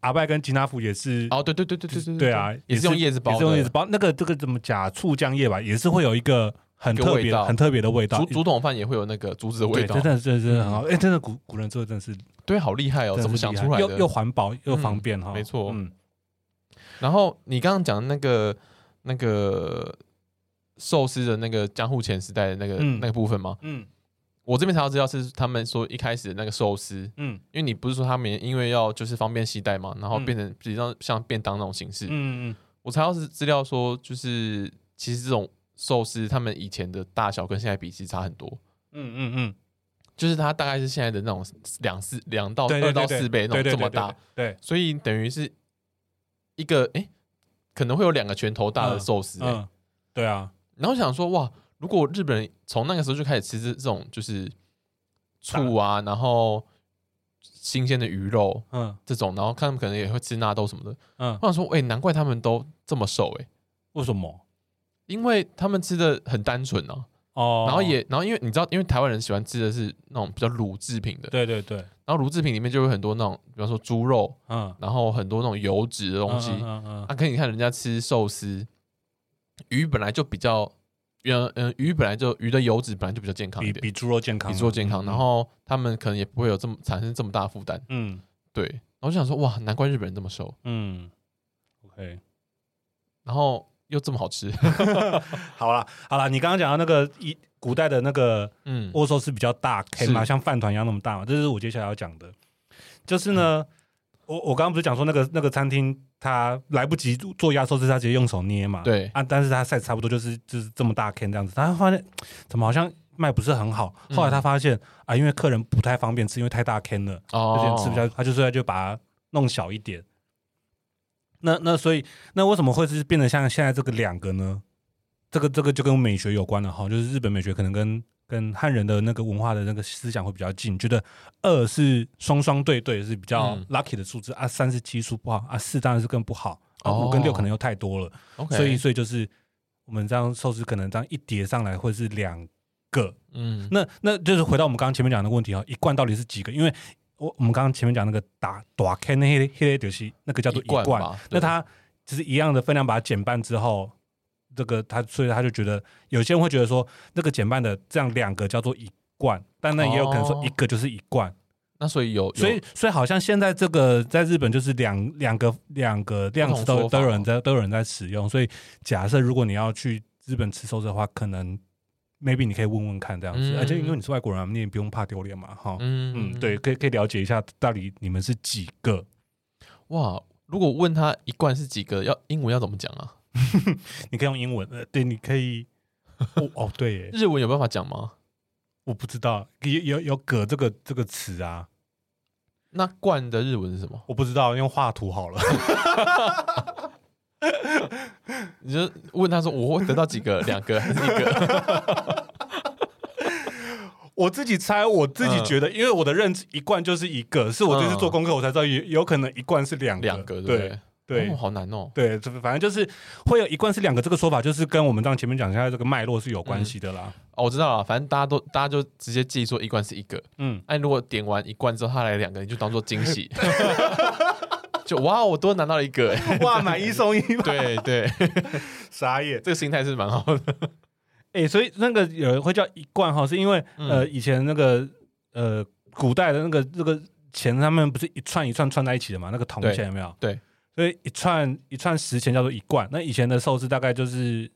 Speaker 4: 阿拜跟吉纳福也是
Speaker 3: 哦，对对对对对对
Speaker 4: 对啊，
Speaker 3: 也是用叶子包的，
Speaker 4: 也是用叶子包。那个这个怎么假醋浆叶吧，也是会有一个很特
Speaker 3: 一个味
Speaker 4: 别
Speaker 3: 道、
Speaker 4: 很特别的味道
Speaker 3: 竹。竹筒饭也会有那个竹子的味
Speaker 4: 对，
Speaker 3: 道嗯
Speaker 4: 真，的真的真的很好。哎，真的古古人做的真的是
Speaker 3: 对，好厉害哦，
Speaker 4: 真的是
Speaker 3: 怎么想
Speaker 4: 厉害
Speaker 3: 出来
Speaker 4: 又又
Speaker 3: 的？
Speaker 4: 环保又
Speaker 3: 嗯
Speaker 4: 方便哈。
Speaker 3: 没错
Speaker 4: 嗯，
Speaker 3: 然后你刚刚讲的那个那个寿司的那个江户前时代的那个
Speaker 4: 嗯
Speaker 3: 那个部分吗？
Speaker 4: 嗯
Speaker 3: 我这边查到资料是他们说一开始的那个寿司，
Speaker 4: 嗯
Speaker 3: 因为你不是说他们因为要就是方便携带嘛，然后
Speaker 4: 嗯
Speaker 3: 变成比较像便当那种形式，
Speaker 4: 嗯嗯，
Speaker 3: 我查到是资料说，就是其实这种寿司，他们以前的大小跟现在比其实差很多，
Speaker 4: 嗯嗯嗯，
Speaker 3: 就是它大概是现在的那种两四两到
Speaker 4: 对对
Speaker 3: 哦二到
Speaker 4: 对对
Speaker 3: 四倍那
Speaker 4: 对
Speaker 3: 种
Speaker 4: 对
Speaker 3: 这么
Speaker 4: 对对
Speaker 3: 大，
Speaker 4: 对，
Speaker 3: 所以等于是一个诶，可能会有两个拳头大的寿司、诶
Speaker 4: 嗯，对啊，
Speaker 3: 然后我想说哇，如果日本人从那个时候就开始吃这这种就是醋啊，然后新鲜的鱼肉
Speaker 4: 嗯
Speaker 3: 这种，然后看他们可能也会吃纳豆什么的，
Speaker 4: 嗯，
Speaker 3: 我想说诶，难怪他们都这么瘦诶，
Speaker 4: 为什么？
Speaker 3: 因为他们吃的很单纯啊，
Speaker 4: 哦，
Speaker 3: 然后也，然后因为你知道，因为台湾人喜欢吃的是那种比较乳制品的，
Speaker 4: 对对对，
Speaker 3: 然后乳制品里面就有很多那种，比方说猪肉，
Speaker 4: 嗯，
Speaker 3: 然后很多那种油脂的东西。
Speaker 4: 嗯嗯嗯
Speaker 3: 啊，可以你看人家吃寿司，鱼本来就比较，嗯嗯，鱼本来就鱼的油脂本来就比较健
Speaker 4: 嗯，
Speaker 3: 康一
Speaker 4: 比
Speaker 3: 点，
Speaker 4: 比猪肉健康
Speaker 3: 比
Speaker 4: 嘛，
Speaker 3: 猪肉健康，
Speaker 4: 嗯
Speaker 3: 然后他们可能也不会有这么产生这么大负担。
Speaker 4: 嗯
Speaker 3: 对，然后我就想说，哇，难怪日本人这么瘦，
Speaker 4: 嗯，OK。
Speaker 3: 然后又这么好吃。 [LAUGHS]
Speaker 4: 好啦，好啦，你刚刚讲到那个一古代的那个
Speaker 3: 嗯，
Speaker 4: 握寿司比较大，可以嘛，
Speaker 3: 是
Speaker 4: 像饭团一样那么大嘛，这是我接下来要讲的。就是呢，
Speaker 3: 嗯
Speaker 4: 我我刚刚不是讲说那个那个餐厅它来不及做压寿司，它直接用手捏嘛，
Speaker 3: 对
Speaker 4: 啊，但是它 size 差不多就是就是这么大 can 这样子，他发现怎么好像卖不是很好，后来他发现、啊，因为客人不太方便吃，因为太大 can 了。
Speaker 3: 哦
Speaker 4: [LAUGHS] 有点吃不下去，他就是就把它弄小一点。那那所以那为什么会是变得像现在这个两个呢？这个这个就跟美学有关了哈，就是日本美学可能跟跟汉人的那个文化的那个思想会比较近，觉得二是双双对对是比较
Speaker 3: 嗯
Speaker 4: lucky 的数字、啊，三是奇数不好啊，四当然是更不好啊，
Speaker 3: 哦
Speaker 4: 五跟六可能又太多了，
Speaker 3: ，OK，
Speaker 4: 所以所以就是我们这样寿司可能这样一叠上来会是两个？
Speaker 3: 嗯，
Speaker 4: 那那就是回到我们刚刚前面讲的问题啊，一罐到底是几个？因为我我们刚刚前面讲那个打打开那些那些东西，那个叫做一
Speaker 3: 罐
Speaker 4: 罐，
Speaker 3: 吧，
Speaker 4: 那
Speaker 3: 对
Speaker 4: 它只是一样的分量把它减半之后，这个他所以他就觉得有些人会觉得说，那个减半的这样两个叫做一罐，但那也有可能说
Speaker 3: 哦
Speaker 4: 一个就是一罐，
Speaker 3: 那所以有，有
Speaker 4: 所以所以好像现在这个在日本就是两两个两个量词
Speaker 3: 不
Speaker 4: 都
Speaker 3: 同说法哦
Speaker 4: 都有人在都有人在使用，所以假设如果你要去日本吃寿司的话，可能 maybe 你可以问问看这样子，
Speaker 3: 嗯
Speaker 4: 而且因为你是外国人啊嘛，你也不用怕丢脸嘛，哈。
Speaker 3: 嗯
Speaker 4: 嗯，对，，可以可以了解一下到底你们是几个？
Speaker 3: 哇，如果问他一罐是几个，要英文要怎么讲啊？
Speaker 4: 你可以用英文，呃，对，你
Speaker 3: [LAUGHS]
Speaker 4: 可以，哦哦，对耶，
Speaker 3: 日文有办法讲吗？
Speaker 4: 我不知道，有有有“葛”这个这个词啊，
Speaker 3: 那罐的日文是什么？
Speaker 4: 我不知道，用画图好了。
Speaker 3: 你就问他说我会得到几个，两个还是一
Speaker 4: [LAUGHS]
Speaker 3: 个？
Speaker 4: 我自己猜，我自
Speaker 3: 嗯
Speaker 4: 己觉得，因为我的认知一贯就是一个，是我这次做功课我才知道有有可能一贯是两个，
Speaker 3: 两个，对不
Speaker 4: 对
Speaker 3: 对？
Speaker 4: 对
Speaker 3: 哦好难哦。
Speaker 4: 对，这反正就是会有一贯是两个这个说法，就是跟我们刚刚前面讲一下这个脉络是有关系的啦。
Speaker 3: 哦，我知道了，反正大家都大家就直接记说一罐是一个，
Speaker 4: 嗯，
Speaker 3: 哎，如果点完一罐之后他来两个，你就当做惊
Speaker 4: [LAUGHS]
Speaker 3: 喜， [LAUGHS] 就哇，我多拿到了一个， [LAUGHS] 哎
Speaker 4: 哇，买一送一，
Speaker 3: 对对，
Speaker 4: 嗯傻眼。
Speaker 3: 这个心态是蛮好的。
Speaker 4: 哎、所以那个有人会叫一贯哈，是因为、
Speaker 3: 嗯
Speaker 4: 呃以前那个呃古代的那个那个钱，他们不是一串一串串在一起的嘛？那个铜
Speaker 3: 对
Speaker 4: 钱有没有？
Speaker 3: 对，
Speaker 4: 所以一串一串十钱叫做一贯。那以前的寿司大概就是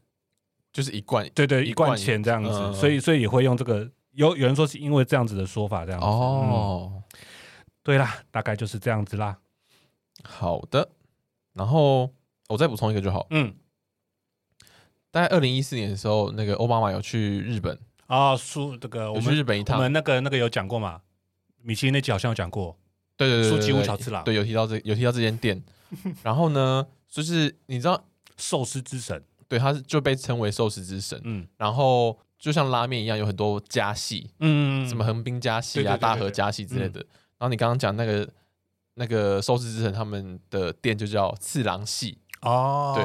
Speaker 3: 就是一罐
Speaker 4: 对对
Speaker 3: 一
Speaker 4: 一
Speaker 3: 贯
Speaker 4: 贯钱这样子，
Speaker 3: 嗯
Speaker 4: 所以所以也会用这个。有有人说是因为这样子的说法这样子，嗯
Speaker 3: 哦，
Speaker 4: 对啦，大概就是这样子啦。
Speaker 3: 好的。然后我再补充一个就好。
Speaker 4: 嗯，
Speaker 3: 大概二零一四年的时候，那个奥巴马有去日本，
Speaker 4: 啊，苏这个我
Speaker 3: 有去
Speaker 4: 们
Speaker 3: 日本一
Speaker 4: 我
Speaker 3: 趟，
Speaker 4: 们那个那个有讲过嘛，米其林那集好像有讲过，
Speaker 3: 对对对
Speaker 4: 苏
Speaker 3: 对
Speaker 4: 吉
Speaker 3: 对
Speaker 4: 屋
Speaker 3: 对
Speaker 4: 小次郎，
Speaker 3: 对，有提到这有提到这间
Speaker 4: [LAUGHS]
Speaker 3: 店。然后呢，就是你知道，
Speaker 4: 寿司之神，
Speaker 3: 对，它是就被称为寿司之神。
Speaker 4: 嗯
Speaker 3: 然后就像拉面一样，有很多家系，
Speaker 4: 嗯
Speaker 3: 什么横滨家系
Speaker 4: 对对
Speaker 3: 啊、
Speaker 4: 对对嗯
Speaker 3: 大和家系之类的。然后你刚刚讲那个那个寿司之神他们的店就叫次郎系，
Speaker 4: 哦，
Speaker 3: 对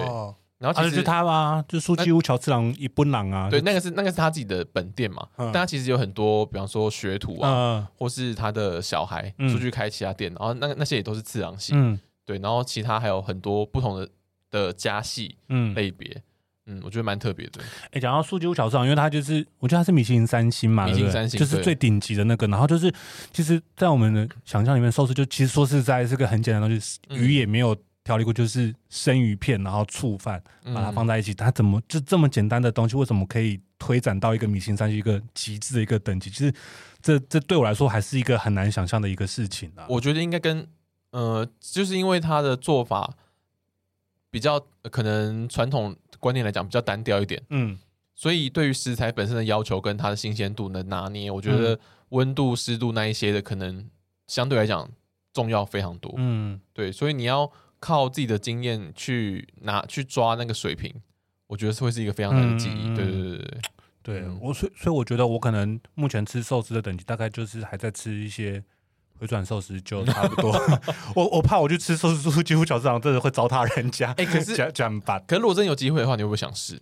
Speaker 3: 然后
Speaker 4: 啊，
Speaker 3: 其
Speaker 4: 就
Speaker 3: 实
Speaker 4: 是他吗？就苏吉屋乔次郎一奔郎啊，
Speaker 3: 对，那个是那个是他自己的本店嘛，
Speaker 4: 嗯
Speaker 3: 但他其实有很多，比方说学徒啊，
Speaker 4: 嗯
Speaker 3: 或是他的小孩
Speaker 4: 嗯
Speaker 3: 出去开其他店，然后那那些也都是次郎系，
Speaker 4: 嗯
Speaker 3: 对，然后其他还有很多不同的的家系
Speaker 4: 嗯，
Speaker 3: 类别，嗯，我觉得蛮特别的，
Speaker 4: 哎，讲到苏吉屋乔次郎，因为他就是我觉得他是米其林三星嘛，
Speaker 3: 米其林
Speaker 4: 对不对
Speaker 3: 三星
Speaker 4: 就是
Speaker 3: 对
Speaker 4: 最顶级的那个，然后就是其实，在我们的想象里面，寿司就其实说实在是个很简单的东西，
Speaker 3: 嗯
Speaker 4: 鱼也没有调理过，就是生鱼片，然后醋饭。
Speaker 3: 嗯
Speaker 4: 把它放在一起，它怎么就这么简单的东西，为什么可以推展到一个米其林三星一个极致的一个等级？其实这这对我来说还是一个很难想象的一个事情啊。
Speaker 3: 我觉得应该跟呃，就是因为他的做法比较、呃可能传统观念来讲比较单调一点，
Speaker 4: 嗯
Speaker 3: 所以对于食材本身的要求跟它的新鲜度能拿捏，我觉
Speaker 4: 嗯
Speaker 3: 得温度、湿度那一些的可能相对来讲重要非常多。
Speaker 4: 嗯，
Speaker 3: 对，所以你要靠自己的经验去拿去抓那个水平，我觉得是会是一个非常难的技艺。
Speaker 4: 嗯嗯嗯
Speaker 3: 对对对对对，
Speaker 4: 对
Speaker 3: 嗯
Speaker 4: 我所以所以我觉得我可能目前吃寿司的等级大概就是还在吃一些。回转寿司就差不
Speaker 3: [LAUGHS]
Speaker 4: 多，我我怕我去吃寿司，几乎小市场真的会糟蹋人家。
Speaker 3: 哎可是
Speaker 4: [LAUGHS] 讲讲吧，
Speaker 3: 可是如果真有机会的话，你会不会想试？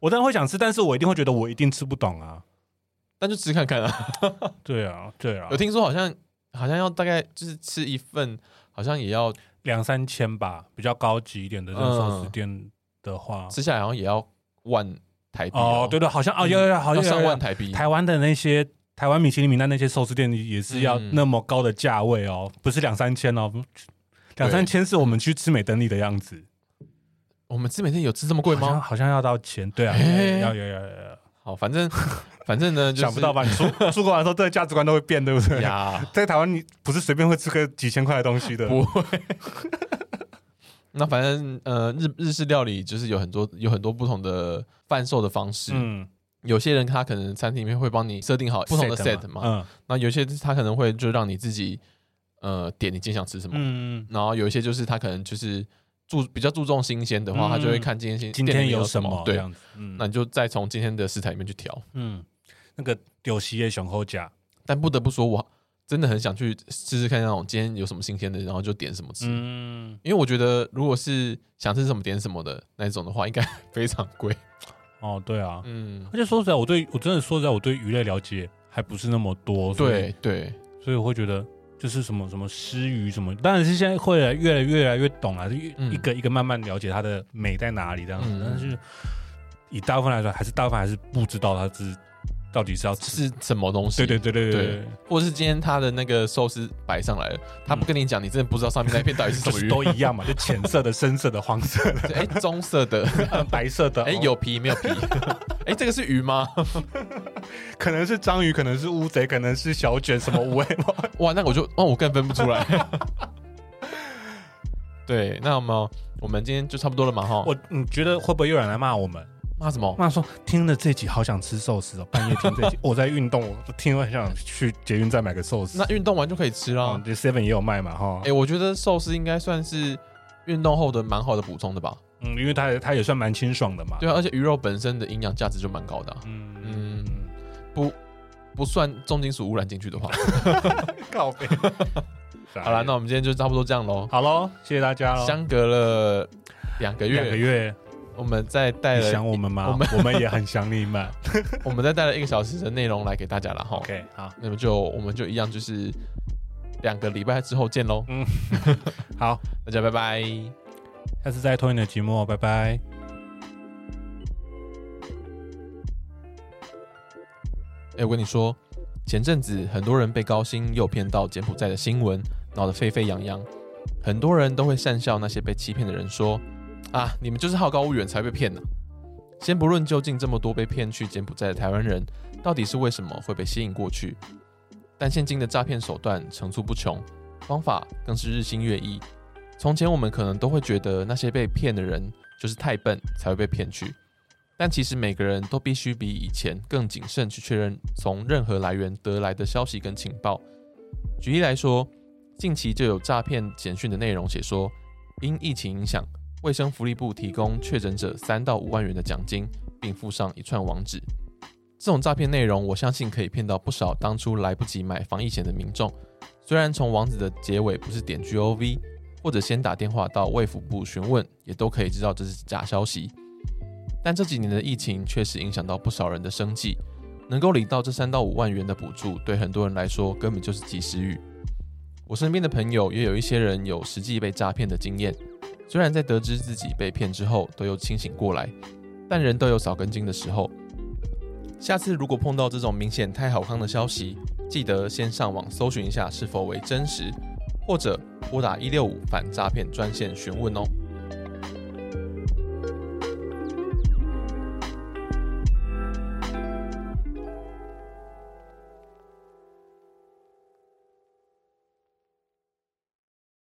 Speaker 4: 我当然会想吃，但是我一定会觉得我一定吃不懂啊。
Speaker 3: 那就吃看看啊！
Speaker 4: 对啊，对啊
Speaker 3: [LAUGHS] 有，听说好像好像要大概就是吃一份，好像也要
Speaker 4: 两三千吧，比较高级一点的这种寿司
Speaker 3: 嗯
Speaker 4: 店的话，
Speaker 3: 吃下来好像也要万台币
Speaker 4: 哦，对对，好像
Speaker 3: 嗯
Speaker 4: 哦，要要要，好
Speaker 3: 要
Speaker 4: 像
Speaker 3: 上
Speaker 4: 有
Speaker 3: 万
Speaker 4: 有
Speaker 3: 台币。
Speaker 4: 台湾的那些台湾米其林名单那些寿司店也是要
Speaker 3: 嗯
Speaker 4: 那么高的价位哦，不是两三千哦，两三千是我们去吃美登利的样子，
Speaker 3: 我们吃每天有吃这么贵
Speaker 4: 好像
Speaker 3: 吗？
Speaker 4: 好像要到钱，对啊，
Speaker 3: 欸
Speaker 4: 要要要要要，
Speaker 3: 好，反正 [LAUGHS] 反正呢，就是
Speaker 4: 想不到吧？你出 [LAUGHS] 出国玩的时候，这个价值观都会变，对不对？
Speaker 3: 呀，
Speaker 4: 在台湾，你不是随便会吃个几千块的东西的，
Speaker 3: 不会。那反正呃，日日式料理就是有很多有很多不同的贩售的方式，
Speaker 4: 嗯，
Speaker 3: 有些人他可能餐厅里面会帮你设定好不同的 set 嘛，
Speaker 4: 嗯
Speaker 3: 那、有些他可能会就让你自己呃点你今天想吃什么，
Speaker 4: 嗯嗯，
Speaker 3: 然后有一些就是他可能就是注比较注重新鲜的话，
Speaker 4: 嗯
Speaker 3: 他就会看今天新
Speaker 4: 今
Speaker 3: 店里
Speaker 4: 天
Speaker 3: 面
Speaker 4: 有
Speaker 3: 有
Speaker 4: 什么？这
Speaker 3: 对，
Speaker 4: 样子，嗯
Speaker 3: 那你就再从今天的食材里面去调。
Speaker 4: 嗯，那个丢西耶熊后甲，
Speaker 3: 但不得不说，我真的很想去试试看那种今天有什么新鲜的，然后就点什么吃。
Speaker 4: 嗯，
Speaker 3: [LAUGHS] 因为我觉得，如果是想吃什么点什么的那种的话，应该非常贵。
Speaker 4: 哦，对啊，
Speaker 3: 嗯，
Speaker 4: 而且说实在，我对我真的说实在，我对鱼类了解还不是那么多，所以
Speaker 3: 对对，
Speaker 4: 所以我会觉得就是什么什么诗语什么，当然是现在会越来越来越懂了，就越
Speaker 3: 嗯
Speaker 4: 一个一个慢慢了解它的美在哪里这样子。
Speaker 3: 嗯
Speaker 4: 但是以大部分来说，还是大部分还是不知道它是到底是要吃。
Speaker 3: 是什么东西？
Speaker 4: 对对对对
Speaker 3: 对或是今天他的那个寿司摆上来了，他不跟你讲，你真的不知道上面那片到底是什
Speaker 4: 就
Speaker 3: 么
Speaker 4: 是
Speaker 3: 鱼。
Speaker 4: 嗯 [LAUGHS] 都一样嘛，就浅色的、深色的、黄色
Speaker 3: [LAUGHS]
Speaker 4: 的、
Speaker 3: 哎，棕色
Speaker 4: [LAUGHS]
Speaker 3: 的， [LAUGHS]
Speaker 4: 呃白色的。
Speaker 3: 哎，
Speaker 4: 哦
Speaker 3: 有皮没有皮？哎，这个是鱼吗？ [LAUGHS]
Speaker 4: 可能是章鱼，可能是乌贼，可能是小卷，什么无尾猫。
Speaker 3: [LAUGHS] 哇，那我就哦，我更分不出来。 [LAUGHS] 对，那么我们今天就差不多了嘛哈。
Speaker 4: 我你觉得会不会有人来骂我们？
Speaker 3: 骂什么？
Speaker 4: 妈说听了这集好想吃寿司哦，半夜听这
Speaker 3: [LAUGHS]
Speaker 4: 集，我在运动，我听了很想去捷运站买个寿司。
Speaker 3: 那运动完就可以吃啦
Speaker 4: 哦，。这 Seven 也有卖嘛哈
Speaker 3: 哎，，我觉得寿司应该算是运动后的蛮好的补充的吧。
Speaker 4: 嗯，因为它也它也算蛮清爽的嘛。
Speaker 3: 对啊，而且鱼肉本身的营养价值就蛮高的啊，
Speaker 4: 嗯，
Speaker 3: 不算重金属污染进去的
Speaker 4: [LAUGHS]
Speaker 3: 话。
Speaker 4: 告别。
Speaker 3: [LAUGHS] 好了，那我们今天就差不多这样喽。
Speaker 4: [LAUGHS] 好喽，谢谢大家喽。
Speaker 3: 相隔了两个月，
Speaker 4: 两个月，
Speaker 3: 我们再带
Speaker 4: 你想
Speaker 3: 了
Speaker 4: 我们吗？
Speaker 3: 我们
Speaker 4: 我们也很想你们。
Speaker 3: [LAUGHS] 我们再带了一个小时的内容来给大家了哈。
Speaker 4: OK，好，
Speaker 3: 那么就我们就一样，就是两个礼拜之后见
Speaker 4: 嗯
Speaker 3: 喽。
Speaker 4: 好，
Speaker 3: 大家拜拜。
Speaker 4: 下次再拖你的节目哦，拜拜。
Speaker 3: 哎、我跟你说，前阵子很多人被高薪诱骗到柬埔寨的新闻，闹得沸沸扬扬。很多人都会讪笑那些被欺骗的人说：“啊，你们就是好高骛远才被骗呢、先不论究竟这么多被骗去柬埔寨的台湾人到底是为什么会被吸引过去，但现今的诈骗手段层出不穷，方法更是日新月异。从前我们可能都会觉得那些被骗的人就是太笨才会被骗去，但其实每个人都必须比以前更谨慎去确认从任何来源得来的消息跟情报。举例来说，近期就有诈骗简讯的内容写说，因疫情影响，卫生福利部提供确诊者三到五万元的奖金，并附上一串网址。这种诈骗内容，我相信可以骗到不少当初来不及买防疫险的民众。虽然从网址的结尾不是点 gov，或者先打电话到卫福部询问，也都可以知道这是假消息。但这几年的疫情确实影响到不少人的生计，能够领到这三到五万元的补助，对很多人来说根本就是及时雨。我身边的朋友也有一些人有实际被诈骗的经验，虽然在得知自己被骗之后都又清醒过来，但人都有少根筋的时候。下次如果碰到这种明显太好康的消息，记得先上网搜寻一下是否为真实，或者拨打一六五反诈骗专线询问哦。